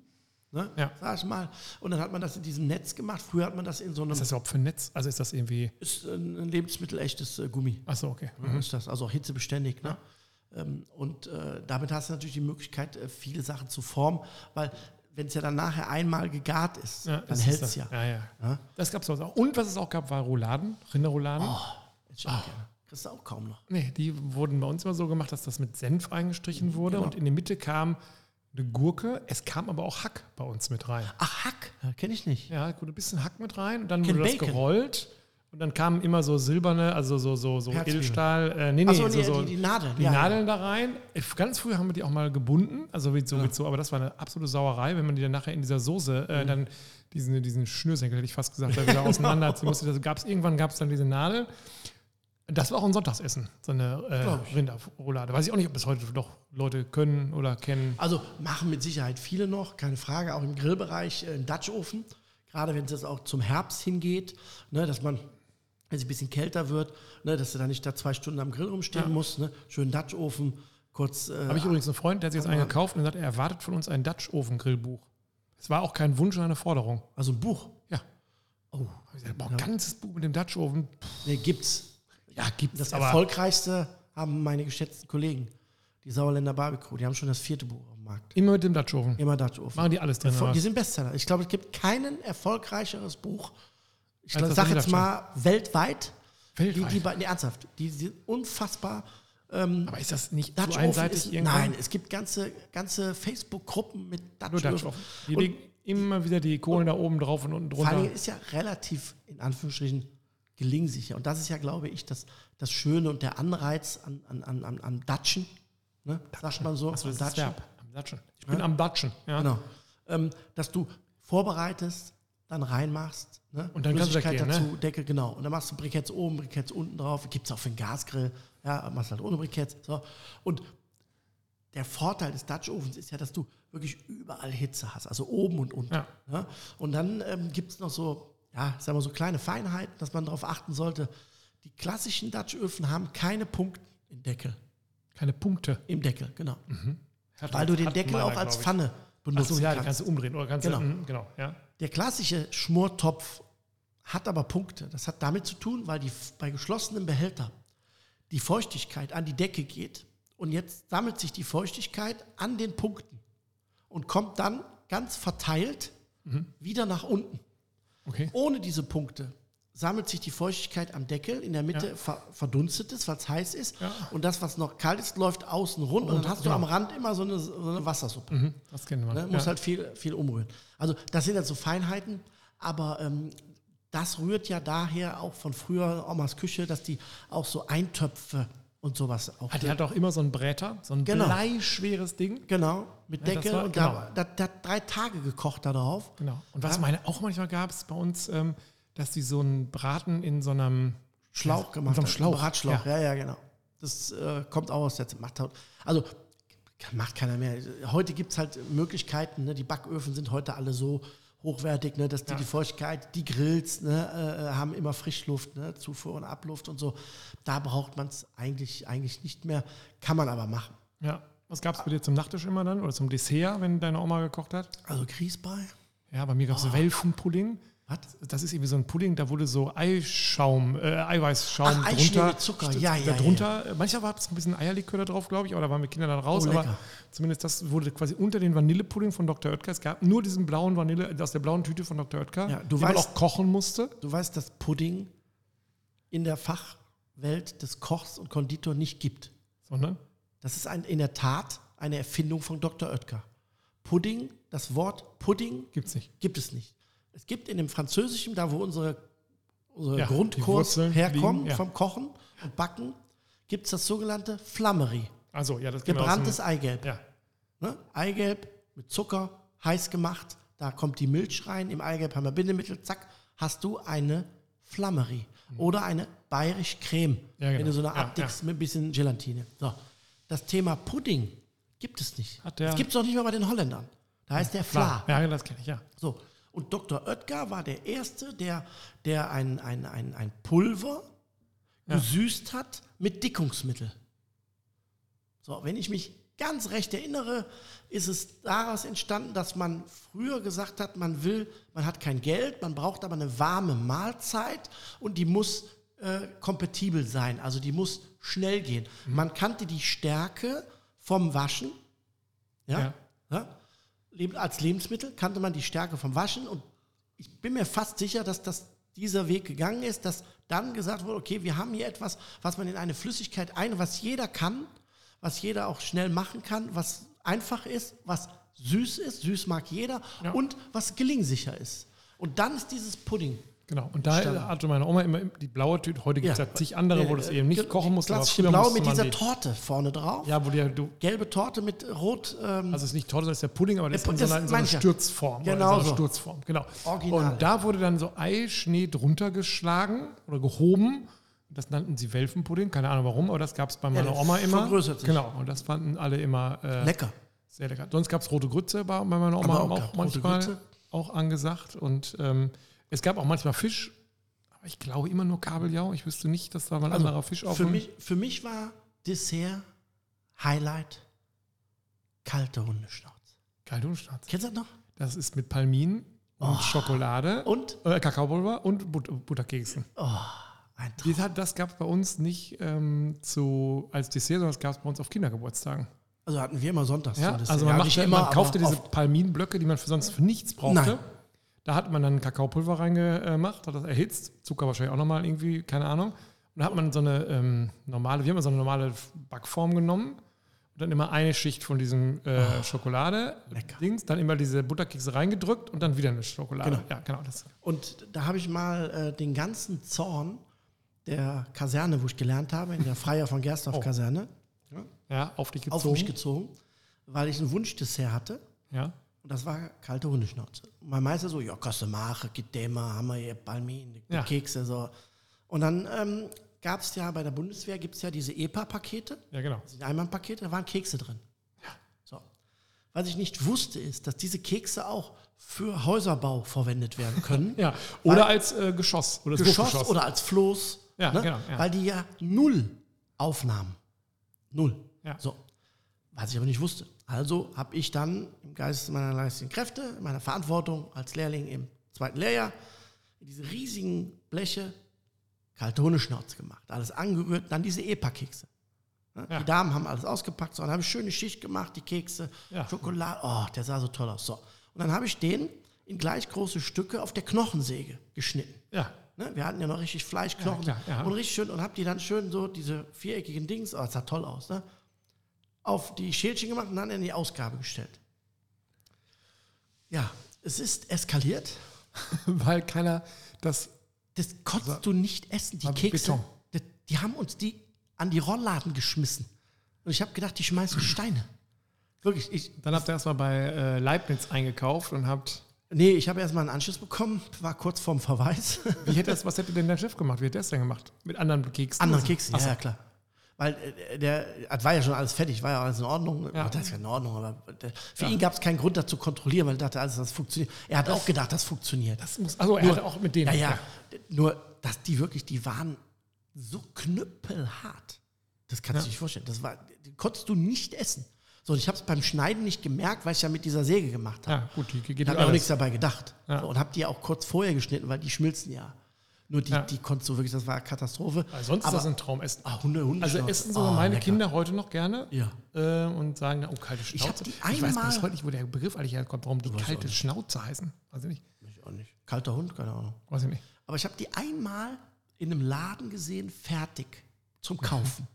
Speaker 2: Ne?
Speaker 1: Ja.
Speaker 2: Sag ich mal. Und dann hat man das in diesem Netz gemacht. Früher hat man das in so einem
Speaker 1: Was ist das überhaupt für ein Netz? Also ist das irgendwie.
Speaker 2: ist ein ein lebensmittelechtes äh, Gummi.
Speaker 1: Achso, okay.
Speaker 2: Ist das, also auch hitzebeständig. Ne? Ähm, und äh, damit hast du natürlich die Möglichkeit, äh, viele Sachen zu formen, weil wenn es ja dann nachher einmal gegart ist, dann
Speaker 1: das ist
Speaker 2: hält
Speaker 1: das.
Speaker 2: es ja.
Speaker 1: Ja, ja.
Speaker 2: Ja?
Speaker 1: Das gab es auch. Und was es auch gab, war Rouladen, Rinderrouladen.
Speaker 2: Oh. Hätte ich
Speaker 1: Ah.
Speaker 2: auch gerne. Kriegst du auch kaum noch.
Speaker 1: Nee, die wurden bei uns immer so gemacht, dass das mit Senf
Speaker 2: Mhm,
Speaker 1: eingestrichen wurde
Speaker 2: genau.
Speaker 1: und in die Mitte kam eine Gurke. Es kam aber auch Hack bei uns mit rein.
Speaker 2: Ach, Hack, kenne ich nicht.
Speaker 1: Ja, gut, ein bisschen Hack mit rein und dann
Speaker 2: Ken
Speaker 1: wurde das
Speaker 2: Bacon.
Speaker 1: gerollt und dann kamen immer so silberne, also so, so, so
Speaker 2: Herzwiebeln.
Speaker 1: Edelstahl, äh, nee, nee,
Speaker 2: Ach so,
Speaker 1: so,
Speaker 2: nee,
Speaker 1: so
Speaker 2: die- die Nadeln,
Speaker 1: die
Speaker 2: ja, ja.
Speaker 1: Nadeln da rein. Äh, Ganz früh haben wir die auch mal gebunden, also wie so, wie so, aber das war eine absolute Sauerei, wenn man die dann nachher in dieser Soße
Speaker 2: Mhm.
Speaker 1: äh, dann diesen, diesen Schnürsenkel, hätte ich fast gesagt, da wieder auseinanderziehen musste. Das gab's, irgendwann gab es dann diese Nadel. Das war auch ein Sonntagsessen, so eine
Speaker 2: Glaub
Speaker 1: äh, Rinderroulade. Weiß ich auch nicht, ob das heute noch Leute können oder kennen.
Speaker 2: Also machen mit Sicherheit viele noch, keine Frage, auch im Grillbereich, äh, im Dutchofen. Gerade wenn es jetzt auch zum Herbst hingeht, ne, dass man, wenn es ein bisschen kälter wird, ne, dass du da nicht da zwei Stunden am Grill rumstehen musst. Ne, schön Dutchofen, kurz. Äh,
Speaker 1: Habe ich übrigens einen Freund, der hat sich jetzt einen gekauft und sagt, er erwartet von uns ein Dutch-Ofen-Grillbuch. Es war auch kein Wunsch, sondern eine Forderung.
Speaker 2: also ein Buch.
Speaker 1: Ja.
Speaker 2: Oh,
Speaker 1: Hab ich gesagt, boah, ein ganzes Buch mit dem Dutch-Ofen.
Speaker 2: ne, gibt's.
Speaker 1: Ja, gibt's.
Speaker 2: Das
Speaker 1: aber
Speaker 2: erfolgreichste haben meine geschätzten Kollegen, die Sauerländer Barbecue. Die haben schon das vierte Buch auf dem Markt.
Speaker 1: immer mit dem Dutch-Ofen.
Speaker 2: Immer Dutchofen.
Speaker 1: Machen die alles drin.
Speaker 2: Erfol-
Speaker 1: oder
Speaker 2: Die
Speaker 1: was?
Speaker 2: sind Bestseller. Ich glaube, es gibt kein erfolgreicheres Buch. Ich
Speaker 1: Als das
Speaker 2: sage jetzt
Speaker 1: Dutch
Speaker 2: mal weltweit. Die,
Speaker 1: Weltweit.
Speaker 2: die beiden, nee, ernsthaft, die sind unfassbar.
Speaker 1: aber ist das nicht
Speaker 2: Dutch
Speaker 1: so
Speaker 2: Oven
Speaker 1: einseitig
Speaker 2: ist,
Speaker 1: irgendwann?
Speaker 2: nein, es gibt ganze, ganze Facebook-Gruppen mit Dutch,
Speaker 1: Nur Dutch
Speaker 2: Oven.
Speaker 1: Oven. Die
Speaker 2: Und
Speaker 1: legen immer wieder die Kohlen da oben drauf und unten
Speaker 2: vor allen
Speaker 1: drunter.
Speaker 2: Dingen ist ja relativ, in Anführungsstrichen, gelingsicher. Und das ist ja, glaube ich, das, das Schöne und der Anreiz an, an, an, an, an Dutchen. Ne? Sagt man so.
Speaker 1: Achso, das ist
Speaker 2: an
Speaker 1: das
Speaker 2: Dutchen.
Speaker 1: Verb. Am Dutschen. Ich bin am Dutschen. Ja.
Speaker 2: Genau. Ähm, dass du vorbereitest, dann reinmachst. Ne?
Speaker 1: Und dann kannst du
Speaker 2: Flüssigkeit
Speaker 1: weggehen,
Speaker 2: dazu, Deckel, genau. Und dann machst du Briketts oben, Briketts unten drauf. Gibt es auch für einen Gasgrill. Ja, machst halt ohne Briketts. So. Und der Vorteil des Dutch Ovens ist ja, dass du wirklich überall Hitze hast, also oben und unten.
Speaker 1: Ja.
Speaker 2: ne? Und dann ähm, gibt es noch so, ja, sagen wir so kleine Feinheiten, dass man darauf achten sollte. Die klassischen Dutch Öfen haben keine Punkte im Deckel.
Speaker 1: Keine Punkte.
Speaker 2: Im Deckel, genau.
Speaker 1: Hat-
Speaker 2: Weil du den
Speaker 1: Mhm. hat
Speaker 2: Deckel
Speaker 1: meiner,
Speaker 2: auch als
Speaker 1: glaub ich.
Speaker 2: Pfanne
Speaker 1: Ach
Speaker 2: benutzt
Speaker 1: so, ja, die
Speaker 2: kannst.
Speaker 1: kannst du umdrehen. Oder kannst
Speaker 2: Genau.
Speaker 1: du, mhm, genau, ja.
Speaker 2: Der klassische Schmortopf hat aber Punkte. Das hat damit zu tun, weil die bei geschlossenem Behälter die Feuchtigkeit an die Decke geht und jetzt sammelt sich die Feuchtigkeit an den Punkten und kommt dann ganz verteilt
Speaker 1: Mhm.
Speaker 2: wieder nach unten.
Speaker 1: Okay.
Speaker 2: Ohne diese Punkte sammelt sich die Feuchtigkeit am Deckel, in der Mitte ver verdunstet es, weil es heiß ist
Speaker 1: Ja.
Speaker 2: und das, was noch kalt ist, läuft außen rund und, dann hast du
Speaker 1: genau.
Speaker 2: am Rand immer so eine, so eine Wassersuppe.
Speaker 1: Mhm, das kennen wir.
Speaker 2: Ne? Muss halt viel, viel umrühren. Also das sind halt so Feinheiten, aber ähm, das rührt ja daher auch von früher Omas Küche, dass die auch so Eintöpfe und sowas auch.
Speaker 1: Hat, Ah, die hat auch immer so einen Bräter, so ein
Speaker 2: Genau.
Speaker 1: bleischweres Ding.
Speaker 2: genau, mit
Speaker 1: Ja, das
Speaker 2: Deckel
Speaker 1: war-
Speaker 2: und
Speaker 1: genau.
Speaker 2: da, da, da hat drei Tage gekocht da drauf.
Speaker 1: Genau. Und was meine auch manchmal gab es bei uns, ähm, dass die so einen Braten in so einem
Speaker 2: Schlauch gemacht.
Speaker 1: So einem
Speaker 2: hat,
Speaker 1: Schlauch.
Speaker 2: Bratschlauch, ja. ja, genau. Das äh, kommt auch aus der Zeit. Macht halt, also macht keiner mehr. Heute gibt es halt Möglichkeiten, ne? die Backöfen sind heute alle so hochwertig, ne? dass die, die Feuchtigkeit, die Grills ne? äh, haben immer Frischluft, ne? Zufuhr und Abluft und so. Da braucht man es eigentlich, eigentlich nicht mehr, kann man aber machen.
Speaker 1: Ja. Was gab es bei dir zum Nachtisch immer dann oder zum Dessert, wenn deine Oma gekocht hat?
Speaker 2: Also Grießbrei,
Speaker 1: Ja, bei mir gab es Welfenpudding.
Speaker 2: Oh. was?
Speaker 1: Das ist irgendwie so ein Pudding, da wurde so Eischaum, äh, Eiweißschaum
Speaker 2: Ach, Eischnee
Speaker 1: drunter.
Speaker 2: mit Zucker. Ja, ja, ja,
Speaker 1: Darunter, manchmal war es ein bisschen Eierlikör da drauf, glaube ich, aber da waren wir Kinder dann raus.
Speaker 2: Oh,
Speaker 1: aber
Speaker 2: lecker.
Speaker 1: zumindest das wurde quasi unter den Vanillepudding von Dr. Oetker. Es gab nur diesen blauen Vanille, aus der blauen Tüte von Dr. Oetker,
Speaker 2: Ja, du
Speaker 1: den man
Speaker 2: weißt-
Speaker 1: auch kochen musste.
Speaker 2: Du weißt, dass Pudding in der Fachwelt des Kochs und Konditor nicht gibt.
Speaker 1: Sondern
Speaker 2: Das ist ein, in der Tat eine Erfindung von Dr. Oetker. Pudding, das Wort Pudding
Speaker 1: gibt es nicht.
Speaker 2: gibt es nicht. Es gibt in dem Französischen, da wo unsere, unsere
Speaker 1: Ja, die
Speaker 2: Grundkurs
Speaker 1: Wurzeln
Speaker 2: herkommen,
Speaker 1: liegen, ja.
Speaker 2: vom Kochen und Backen, gibt es das sogenannte Flammery,
Speaker 1: Also, ja, das kennen wir aus dem-
Speaker 2: gebranntes Eigelb.
Speaker 1: Ja,
Speaker 2: Ne? Eigelb mit Zucker, heiß gemacht, da kommt die Milch rein, im Eigelb haben wir Bindemittel, zack, hast du eine Flammerie oder eine bayerisch Creme,
Speaker 1: Mhm. Ja, genau.
Speaker 2: wenn du so eine
Speaker 1: Ja,
Speaker 2: abdickst mit ein bisschen Gelatine. So. Das Thema Pudding gibt es nicht.
Speaker 1: Hat der-
Speaker 2: das gibt es auch nicht mehr bei den Holländern. Da heißt der Fla.
Speaker 1: klar. Ja, das kenne ich, ja.
Speaker 2: So. Und Dr. Oetker war der Erste, der, der ein, ein, ein, ein Pulver gesüßt hat mit Dickungsmittel. So, wenn ich mich ganz recht erinnere, ist es daraus entstanden, dass man früher gesagt hat, man will, man hat kein Geld, man braucht aber eine warme Mahlzeit und die muss äh, kompatibel sein, also die muss schnell gehen. Man kannte die Stärke vom Waschen, ja,
Speaker 1: Ja.
Speaker 2: ja. Leb- als Lebensmittel kannte man die Stärke vom Waschen und ich bin mir fast sicher, dass das dieser Weg gegangen ist, dass dann gesagt wurde, okay, wir haben hier etwas, was man in eine Flüssigkeit ein, was jeder kann, was jeder auch schnell machen kann, was einfach ist, was süß ist, süß mag jeder
Speaker 1: Ja.
Speaker 2: und was gelingsicher ist. Und dann ist dieses Pudding.
Speaker 1: Genau. Und da
Speaker 2: Stand.
Speaker 1: hatte meine Oma immer die blaue Tüte. Heute gibt es ja.
Speaker 2: Ja.
Speaker 1: zig andere, wo du es
Speaker 2: Äh,
Speaker 1: eben
Speaker 2: äh,
Speaker 1: nicht kochen musst. aber
Speaker 2: Klassische
Speaker 1: früher
Speaker 2: Blau
Speaker 1: musste
Speaker 2: mit
Speaker 1: man
Speaker 2: dieser
Speaker 1: die-
Speaker 2: Torte vorne drauf.
Speaker 1: Ja, wo die, du,
Speaker 2: Gelbe Torte mit rot. Ähm,
Speaker 1: also es ist nicht Torte, das ist der Pudding, aber das ist
Speaker 2: Der
Speaker 1: in
Speaker 2: Pu-
Speaker 1: so
Speaker 2: das
Speaker 1: einer, in so einer
Speaker 2: meine ich ja.
Speaker 1: Sturzform. oder in
Speaker 2: Genau
Speaker 1: so. einer
Speaker 2: so.
Speaker 1: Sturzform, genau.
Speaker 2: Original.
Speaker 1: Und da wurde dann so Eischnee drunter geschlagen oder gehoben. Das nannten sie Welfenpudding, keine Ahnung warum, aber das gab es bei meiner
Speaker 2: der
Speaker 1: Oma immer.
Speaker 2: vergrößert sich.
Speaker 1: Genau, und das fanden alle immer äh,
Speaker 2: lecker.
Speaker 1: sehr lecker. Sonst gab es rote Grütze bei, bei meiner Oma
Speaker 2: Aber
Speaker 1: auch,
Speaker 2: auch gab rote
Speaker 1: manchmal
Speaker 2: Grütze.
Speaker 1: auch angesagt. Und ähm, es gab auch manchmal Fisch, aber ich glaube immer nur Kabeljau. Ich wüsste nicht, dass da mal ein
Speaker 2: Also,
Speaker 1: anderer Fisch auf
Speaker 2: Für
Speaker 1: dem-
Speaker 2: mich, für mich war Dessert Highlight kalte Hundeschnauze.
Speaker 1: Kaldunstarz.
Speaker 2: Kennst du das noch?
Speaker 1: Das ist mit Palmin
Speaker 2: Oh.
Speaker 1: und Schokolade
Speaker 2: Und
Speaker 1: äh, Kakaopulver und But Butterkeksen.
Speaker 2: Oh. ein Traum.
Speaker 1: Das, hat- das gab es bei uns nicht ähm, zu, als Dessert, sondern das gab es bei uns auf Kindergeburtstagen.
Speaker 2: Also hatten wir immer sonntags
Speaker 1: Ja?
Speaker 2: so Dessert.
Speaker 1: Also man,
Speaker 2: Ja,
Speaker 1: machte,
Speaker 2: nicht
Speaker 1: man kaufte
Speaker 2: aber
Speaker 1: diese
Speaker 2: oft.
Speaker 1: Palminblöcke, die man für sonst für nichts brauchte.
Speaker 2: Nein.
Speaker 1: Da hat man dann Kakaopulver reingemacht, hat das erhitzt, Zucker wahrscheinlich auch nochmal irgendwie, keine Ahnung. Und da hat man so eine ähm, normale, wir haben so eine normale Backform genommen und dann immer eine Schicht von diesem äh,
Speaker 2: Oh, lecker.
Speaker 1: Schokolade-Dings, dann immer diese Butterkekse reingedrückt und dann wieder eine Schokolade.
Speaker 2: Genau.
Speaker 1: Ja, genau. Das,
Speaker 2: Und da habe ich mal äh, den ganzen Zorn der Kaserne, wo ich gelernt habe, in der Freier von Gerstorf-Kaserne,
Speaker 1: ja, auf dich
Speaker 2: auf
Speaker 1: Oh. gezogen.
Speaker 2: mich gezogen, weil ich ein Wunschdessert hatte.
Speaker 1: ja.
Speaker 2: Und das war kalte Hundeschnauze. Und mein Meister so, ja, kannst du machen, gibt dem mal, haben wir hier Palmin, die
Speaker 1: Ja.
Speaker 2: Kekse, so. Und dann ähm, gab es ja bei der Bundeswehr, gibt es ja diese EPA-Pakete,
Speaker 1: ja, genau.
Speaker 2: diese Einmannpakete, da waren Kekse drin. So. Was ich nicht wusste, ist, dass diese Kekse auch für Häuserbau verwendet werden können.
Speaker 1: Ja, oder als äh, Geschoss. Oder als
Speaker 2: Geschoss
Speaker 1: Wurfgeschoss.
Speaker 2: oder als Floß. ne?
Speaker 1: Ja, genau, ja.
Speaker 2: Weil die ja null aufnahmen. Null.
Speaker 1: Ja.
Speaker 2: So. Was ich aber nicht wusste. Also habe ich dann im Geiste meiner geistigen Kräfte, meiner Verantwortung als Lehrling im zweiten Lehrjahr, diese riesigen Bleche kalte Hundeschnauze gemacht. Alles angerührt, dann diese EPA-Kekse. Ne?
Speaker 1: Ja.
Speaker 2: Die Damen haben alles ausgepackt, so, dann habe ich schöne Schicht gemacht, die Kekse,
Speaker 1: Ja.
Speaker 2: Schokolade, oh, der sah so toll aus. So. Und dann habe ich den in gleich große Stücke auf der Knochensäge geschnitten.
Speaker 1: Ja,
Speaker 2: Ne? Wir hatten ja noch richtig Fleischknochen
Speaker 1: Ja, klar, ja.
Speaker 2: und richtig schön und hab die dann schön so diese viereckigen Dings, oh, das sah toll aus, ne? auf die Schälchen gemacht und dann in die Ausgabe gestellt. Ja, es ist eskaliert.
Speaker 1: weil keiner das.
Speaker 2: Das konntest du nicht essen. Die
Speaker 1: war
Speaker 2: Kekse,
Speaker 1: Beton.
Speaker 2: die, die haben uns die an die Rollladen geschmissen. Und ich habe gedacht, die schmeißen Steine. Wirklich, ich,
Speaker 1: Dann habt ihr erstmal bei äh, Leibniz eingekauft und habt.
Speaker 2: nee, ich habe erstmal einen Anschluss bekommen, war kurz vorm Verweis.
Speaker 1: Wie hätte das, was hätte denn dein Chef gemacht? Wie hätte er es denn gemacht? Mit anderen Keksen?
Speaker 2: Andere Kekse, ja, ja, klar. Weil äh, der, das war ja schon alles fertig, war ja alles in Ordnung.
Speaker 1: Ja.
Speaker 2: Das ist ja in Ordnung, aber äh, für ihn gab es keinen Grund, das zu kontrollieren, weil er dachte, alles, das funktioniert. Er hat auch gedacht, das funktioniert.
Speaker 1: Das muss, also, er hatte auch mit denen.
Speaker 2: ja, ja, nur, dass die wirklich, die waren so knüppelhart. Das kannst du dir nicht vorstellen. Das war, die konntest du nicht essen. So, und ich habe es beim Schneiden nicht gemerkt, weil ich ja mit dieser Säge gemacht habe.
Speaker 1: Ja, gut, die geht
Speaker 2: Ich habe auch nichts dabei gedacht.
Speaker 1: Ja.
Speaker 2: So, und habe die auch kurz vorher geschnitten, weil die schmilzen ja. Nur die,
Speaker 1: Ja.
Speaker 2: die konntest du wirklich, das war eine Katastrophe.
Speaker 1: Weil sonst ist
Speaker 2: Aber-
Speaker 1: das ein Traumessen.
Speaker 2: Ah, Hunde, Hunde Ah,
Speaker 1: Also essen sogar meine Kinder heute noch gerne
Speaker 2: Oh, Ja.
Speaker 1: äh, und sagen, oh, kalte Schnauze.
Speaker 2: hab die
Speaker 1: ich weiß
Speaker 2: einmal-
Speaker 1: bis heute nicht, wo der Begriff eigentlich herkommt, warum die kalte Schnauze heißen. Weiß ich nicht.
Speaker 2: Ich auch nicht. Kalter Hund, keine Ahnung.
Speaker 1: Weiß ich nicht.
Speaker 2: Aber ich habe die einmal in einem Laden gesehen, fertig zum Kaufen.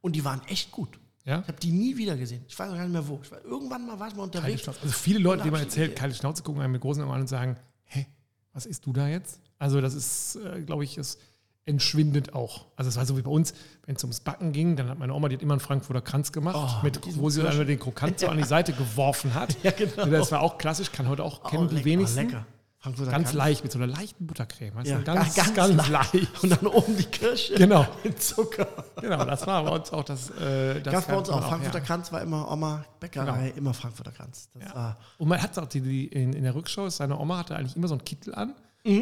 Speaker 2: Und die waren echt gut.
Speaker 1: Mhm. Ja?
Speaker 2: Ich habe die nie wieder gesehen. Ich weiß auch gar nicht mehr wo. Ich war, irgendwann mal war ich mal
Speaker 1: Kalte
Speaker 2: unterwegs.
Speaker 1: Schnauze. Also viele Leute, die man
Speaker 2: hab ich-
Speaker 1: erzählt, kalte Schnauze gucken einem mit großen Augen an und sagen, hä, was isst du da jetzt? Also das ist, äh, glaube ich, es entschwindet auch. Also es war so wie bei uns, wenn es ums Backen ging, dann hat meine Oma, die hat immer einen Frankfurter Kranz gemacht,
Speaker 2: Oh,
Speaker 1: mit,
Speaker 2: mit diesem
Speaker 1: wo sie dann den Krokant so an die Seite geworfen hat.
Speaker 2: Ja, genau. Oh,
Speaker 1: Das war auch klassisch, kann heute auch kennen die
Speaker 2: lecker,
Speaker 1: wenigsten.
Speaker 2: lecker. Frankfurter
Speaker 1: Ganz
Speaker 2: Kranz.
Speaker 1: leicht, mit so einer leichten Buttercreme. weißt du,
Speaker 2: Ja,
Speaker 1: ganz, ganz,
Speaker 2: ganz
Speaker 1: leicht.
Speaker 2: Und dann oben die Kirsche.
Speaker 1: Genau,
Speaker 2: Mit Zucker.
Speaker 1: genau, das war bei uns auch das. Äh, das
Speaker 2: Gab bei uns
Speaker 1: kannte man
Speaker 2: auch. Frankfurter
Speaker 1: ja. Genau.
Speaker 2: Kranz war immer Oma, Bäckerei, immer Frankfurter Kranz. Das war
Speaker 1: Und man hat auch die, die in, in der Rückschau, ist, seine Oma hatte eigentlich immer so einen Kittel an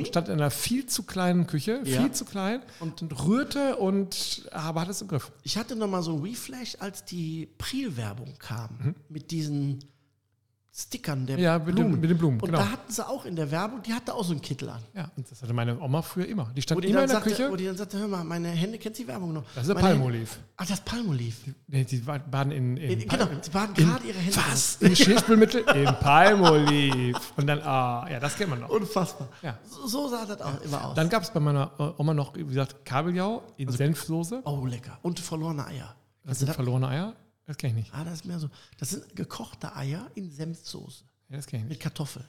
Speaker 1: stand in einer viel zu kleinen Küche,
Speaker 2: Mhm. Ja.
Speaker 1: viel zu klein und, rührte und ah, aber hat es im Griff.
Speaker 2: Ich hatte noch mal so ein Reflash, als die Priel-Werbung kam mit diesen Stickern der
Speaker 1: Mhm. Ja, mit den-
Speaker 2: Blumen.
Speaker 1: mit den Blumen,
Speaker 2: Und
Speaker 1: genau.
Speaker 2: da hatten sie auch in der Werbung, die hatte auch so einen Kittel an.
Speaker 1: Ja, und das hatte meine Oma früher immer. Die
Speaker 2: Wo
Speaker 1: stand
Speaker 2: die,
Speaker 1: immer
Speaker 2: dann
Speaker 1: in der
Speaker 2: sagte,
Speaker 1: Küche.
Speaker 2: wo die dann sagte, hör mal, meine Hände kennt die Werbung noch.
Speaker 1: Das ist der
Speaker 2: Meine Hände-
Speaker 1: Palmolive.
Speaker 2: Ah, das Palmolive.
Speaker 1: Nee, die wa- baden in, in,
Speaker 2: Genau, die waren gerade ihre Hände.
Speaker 1: Was? In Schnittspülmittel? in Palmolive. Und dann, ah, ja, das kennt man noch.
Speaker 2: Unfassbar.
Speaker 1: Ja.
Speaker 2: So, so sah das auch immer aus.
Speaker 1: Dann gab es bei meiner äh, Oma noch, wie gesagt, Kabeljau in Senfsoße.
Speaker 2: oh, lecker. Und verlorene Eier. Also
Speaker 1: Das sind verlorene Eier. Das kenne ich nicht.
Speaker 2: Ah, das ist mehr so. Das sind gekochte Eier in Senfsoße
Speaker 1: Ja, das kenn ich nicht.
Speaker 2: mit Kartoffeln.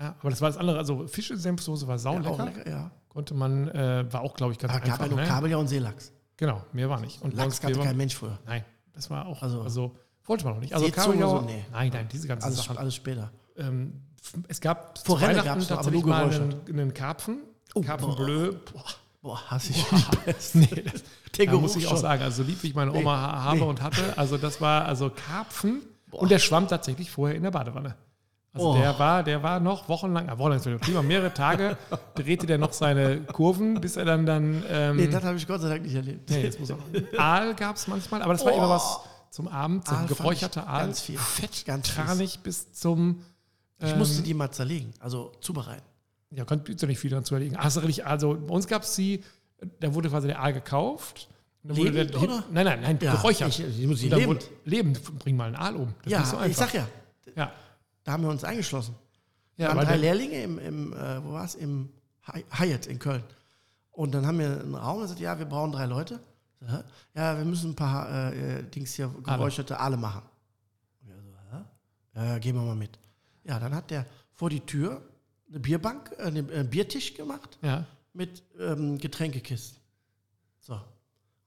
Speaker 1: Ja, aber das war das andere. Also Fisch in Senfsoße war sau
Speaker 2: Ja,
Speaker 1: Oh, lecker.
Speaker 2: auch lecker, ja.
Speaker 1: Konnte man, äh, war auch, glaube ich, ganz
Speaker 2: Aber
Speaker 1: einfach.
Speaker 2: gab ja nur
Speaker 1: ne?
Speaker 2: Kabeljau und Seelachs.
Speaker 1: Genau, mehr war nicht. Und
Speaker 2: Lachs kannte
Speaker 1: Braunskleber-
Speaker 2: kein Mensch früher.
Speaker 1: Nein, das war auch, also,
Speaker 2: Also-
Speaker 1: wollte man noch nicht. Also
Speaker 2: Seezunge
Speaker 1: Kabeljau,
Speaker 2: so, nee.
Speaker 1: nein, nein, diese ganzen
Speaker 2: Alles,
Speaker 1: Sachen.
Speaker 2: Also alles später.
Speaker 1: Ähm, f- es gab zu
Speaker 2: Forelle
Speaker 1: Weihnachten
Speaker 2: gab's noch, aber
Speaker 1: tatsächlich
Speaker 2: nur
Speaker 1: mal einen,
Speaker 2: geräuchert.
Speaker 1: einen Karpfen,
Speaker 2: Oh,
Speaker 1: Karpfen
Speaker 2: boah.
Speaker 1: bleu.
Speaker 2: Boah, hasse ich die Besten.
Speaker 1: Nee, das,
Speaker 2: Der
Speaker 1: da
Speaker 2: Geruch
Speaker 1: muss ich auch
Speaker 2: schon.
Speaker 1: sagen, also so lieb wie ich meine Oma ha- habe und hatte, also das war also Karpfen und der schwamm tatsächlich vorher in der Badewanne. Also
Speaker 2: Oh.
Speaker 1: der war, der war noch wochenlang, ah, wochenlang, ist vielleicht übertrieben, aber mehrere Tage drehte der noch seine Kurven, bis er dann dann ähm,
Speaker 2: Nee, das habe ich Gott sei Dank nicht erlebt.
Speaker 1: Nee, jetzt muss auch. Aal gab es manchmal, aber das war
Speaker 2: Oh.
Speaker 1: immer was zum Abend, so ein
Speaker 2: Aal fand
Speaker 1: geräucherter
Speaker 2: ich
Speaker 1: Aal.
Speaker 2: ganz viel.
Speaker 1: Fett, ähm.
Speaker 2: Ganz fies.
Speaker 1: tranig bis zum.
Speaker 2: Ich musste die mal zerlegen, also zubereiten.
Speaker 1: Ja, könnt ihr nicht viel dazu erlegen. Ach, so richtig, also bei uns gab es die, da wurde quasi der Aal gekauft. und dann wurde
Speaker 2: Lebend,
Speaker 1: der, hin-
Speaker 2: oder?
Speaker 1: Nein, nein, nein,
Speaker 2: Ja,
Speaker 1: geräuchert.
Speaker 2: ich- ich muss die
Speaker 1: Und dann
Speaker 2: lebend.
Speaker 1: wurde- lebend, bring mal einen Aal um. Das
Speaker 2: ja,
Speaker 1: ist nicht so einfach.
Speaker 2: ich sag ja,
Speaker 1: Ja,
Speaker 2: da haben wir uns eingeschlossen.
Speaker 1: ja
Speaker 2: waren
Speaker 1: weil
Speaker 2: drei
Speaker 1: der,
Speaker 2: Lehrlinge im, im äh, wo war's? Im Hy- Hyatt in Köln. Und dann haben wir einen Raum, da sagt, ja, wir brauchen drei Leute. Hä? Ja, wir müssen ein paar äh, äh, Dings hier geräucherte Aale machen. Und wir so, hä? Ja, ja, gehen wir mal mit. Ja, dann hat der vor die Tür eine Bierbank, äh, einen äh, Biertisch gemacht
Speaker 1: ja.
Speaker 2: mit ähm, Getränkekisten. So. Und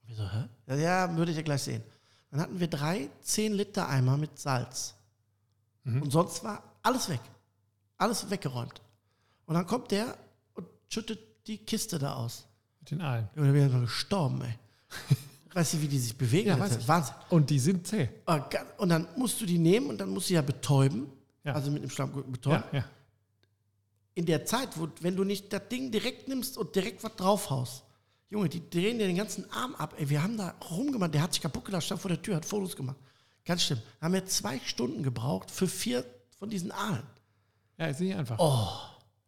Speaker 2: wir so, hä? Ja, ja, würdet ihr gleich sehen. Dann hatten wir drei 10-Liter-Eimer mit Salz.
Speaker 1: Mhm.
Speaker 2: Und sonst war alles weg. Alles weggeräumt. Und dann kommt der und schüttet die Kiste da aus.
Speaker 1: mit den Aalen.
Speaker 2: Und dann bin ich einfach gestorben, ey. weißt du, wie die sich bewegen?
Speaker 1: Ja,
Speaker 2: Das
Speaker 1: weiß
Speaker 2: ist
Speaker 1: ich.
Speaker 2: Wahnsinn.
Speaker 1: Und die sind zäh.
Speaker 2: Aber ga- Und dann musst du die nehmen und dann musst du ja betäuben.
Speaker 1: Ja.
Speaker 2: Also mit dem Schlammgurken betäuben.
Speaker 1: Ja, ja.
Speaker 2: In der Zeit, wo, wenn du nicht das Ding direkt nimmst und direkt was draufhaust. Junge, die drehen dir den ganzen Arm ab. Ey, wir haben da rumgemacht. Der hat sich kaputt gelacht, stand vor der Tür, hat Fotos gemacht. Ganz schlimm. Haben wir zwei Stunden gebraucht für vier von diesen Aalen.
Speaker 1: Ja, ist nicht einfach. Oh,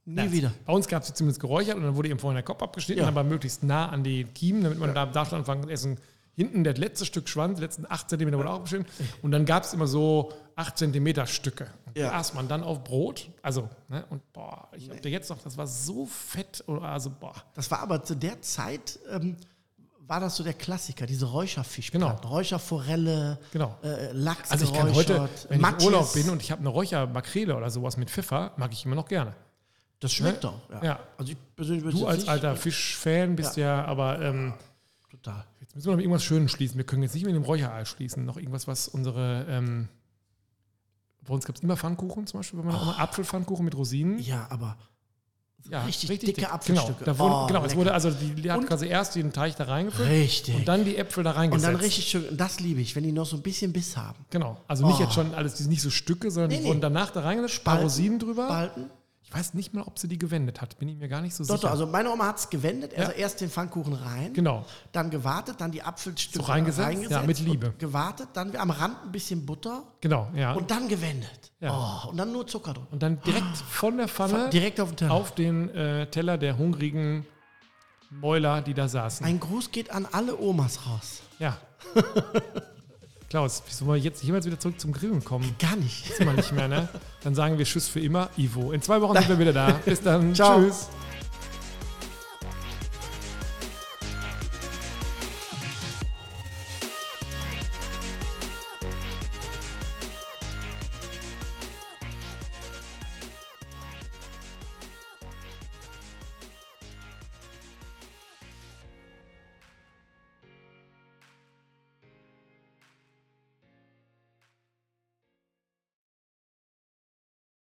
Speaker 2: Nie wieder.
Speaker 1: Bei uns gab es sie zumindest geräuchert und dann wurde eben vorhin der Kopf abgeschnitten,
Speaker 2: Ja.
Speaker 1: aber möglichst nah an die Kiemen, damit man da, da schon anfangen zu essen. Hinten das letzte Stück Schwanz, die letzten 8 cm wurde auch abgeschnitten. Und dann gab es immer so 8 cm Stücke. Und Die
Speaker 2: Ja.
Speaker 1: aß man dann auf Brot. Also, ne, und boah, ich hab dir jetzt noch, das war so fett. oder Also, boah.
Speaker 2: Das war aber zu der Zeit, ähm, war das so der Klassiker, diese Räucherfischplatten.
Speaker 1: Genau.
Speaker 2: Räucherforelle,
Speaker 1: Genau.
Speaker 2: äh, Lachs
Speaker 1: Also, ich kann heute,
Speaker 2: geräuchert,
Speaker 1: wenn ich im
Speaker 2: Matjes.
Speaker 1: Urlaub bin und ich habe eine Räuchermakrele oder sowas mit Pfeffer, mag ich immer noch gerne.
Speaker 2: das schmeckt doch.
Speaker 1: Ja.
Speaker 2: Also ich persönlich würde
Speaker 1: Du
Speaker 2: es
Speaker 1: als
Speaker 2: nicht-
Speaker 1: alter Fischfan bist ja, aber ähm,
Speaker 2: Total.
Speaker 1: Jetzt müssen wir noch mit irgendwas Schönes schließen. Wir können jetzt nicht mit dem Räucheraal schließen. Noch irgendwas, was unsere. Ähm, bei uns gab es immer Pfannkuchen zum Beispiel, bei meiner
Speaker 2: Oh.
Speaker 1: Oma. Apfelpfannkuchen mit Rosinen.
Speaker 2: Ja, aber
Speaker 1: Ja,
Speaker 2: richtig dicke
Speaker 1: Genau,
Speaker 2: Apfelstücke.
Speaker 1: da wurden,
Speaker 2: Oh,
Speaker 1: genau es
Speaker 2: lecker.
Speaker 1: wurde also die, die hat quasi erst den Teig da reingefüllt
Speaker 2: richtig.
Speaker 1: und dann die Äpfel da
Speaker 2: Und
Speaker 1: reingesetzt.
Speaker 2: dann richtig schön, und das liebe ich, wenn die noch so ein bisschen Biss haben.
Speaker 1: Genau, also nicht jetzt schon alles, die sind nicht so Stücke, sondern die
Speaker 2: Oh. Nee, nee.
Speaker 1: wurden danach da reingesetzt, ein paar
Speaker 2: Spalten,
Speaker 1: Rosinen drüber.
Speaker 2: Behalten.
Speaker 1: Ich weiß nicht mal, ob sie die gewendet hat, bin ich mir gar nicht so
Speaker 2: Doch,
Speaker 1: sicher.
Speaker 2: doch, also meine Oma hat es gewendet, also erst den Pfannkuchen rein,
Speaker 1: genau,
Speaker 2: dann gewartet, dann die Apfelstücke
Speaker 1: So reingesetzt? Ja, mit Liebe.
Speaker 2: und Gewartet, dann am Rand ein bisschen Butter
Speaker 1: genau, ja. Und,
Speaker 2: und Ah. dann gewendet.
Speaker 1: Ja.
Speaker 2: Oh, und dann nur Zucker drunter.
Speaker 1: dann direkt von der Pfanne
Speaker 2: Direkt auf den Teller.
Speaker 1: auf den äh, Teller der hungrigen Mäuler, die da saßen.
Speaker 2: Ein Gruß geht an alle Omas raus.
Speaker 1: Ja. Klaus, wieso wir jetzt jemals wieder zurück zum Grillen kommen?
Speaker 2: Gar nicht.
Speaker 1: Ist mal nicht mehr, ne? Dann sagen wir Tschüss für immer, Ivo. In zwei Wochen sind wir wieder da. Bis dann.
Speaker 2: Ciao.
Speaker 1: Tschüss.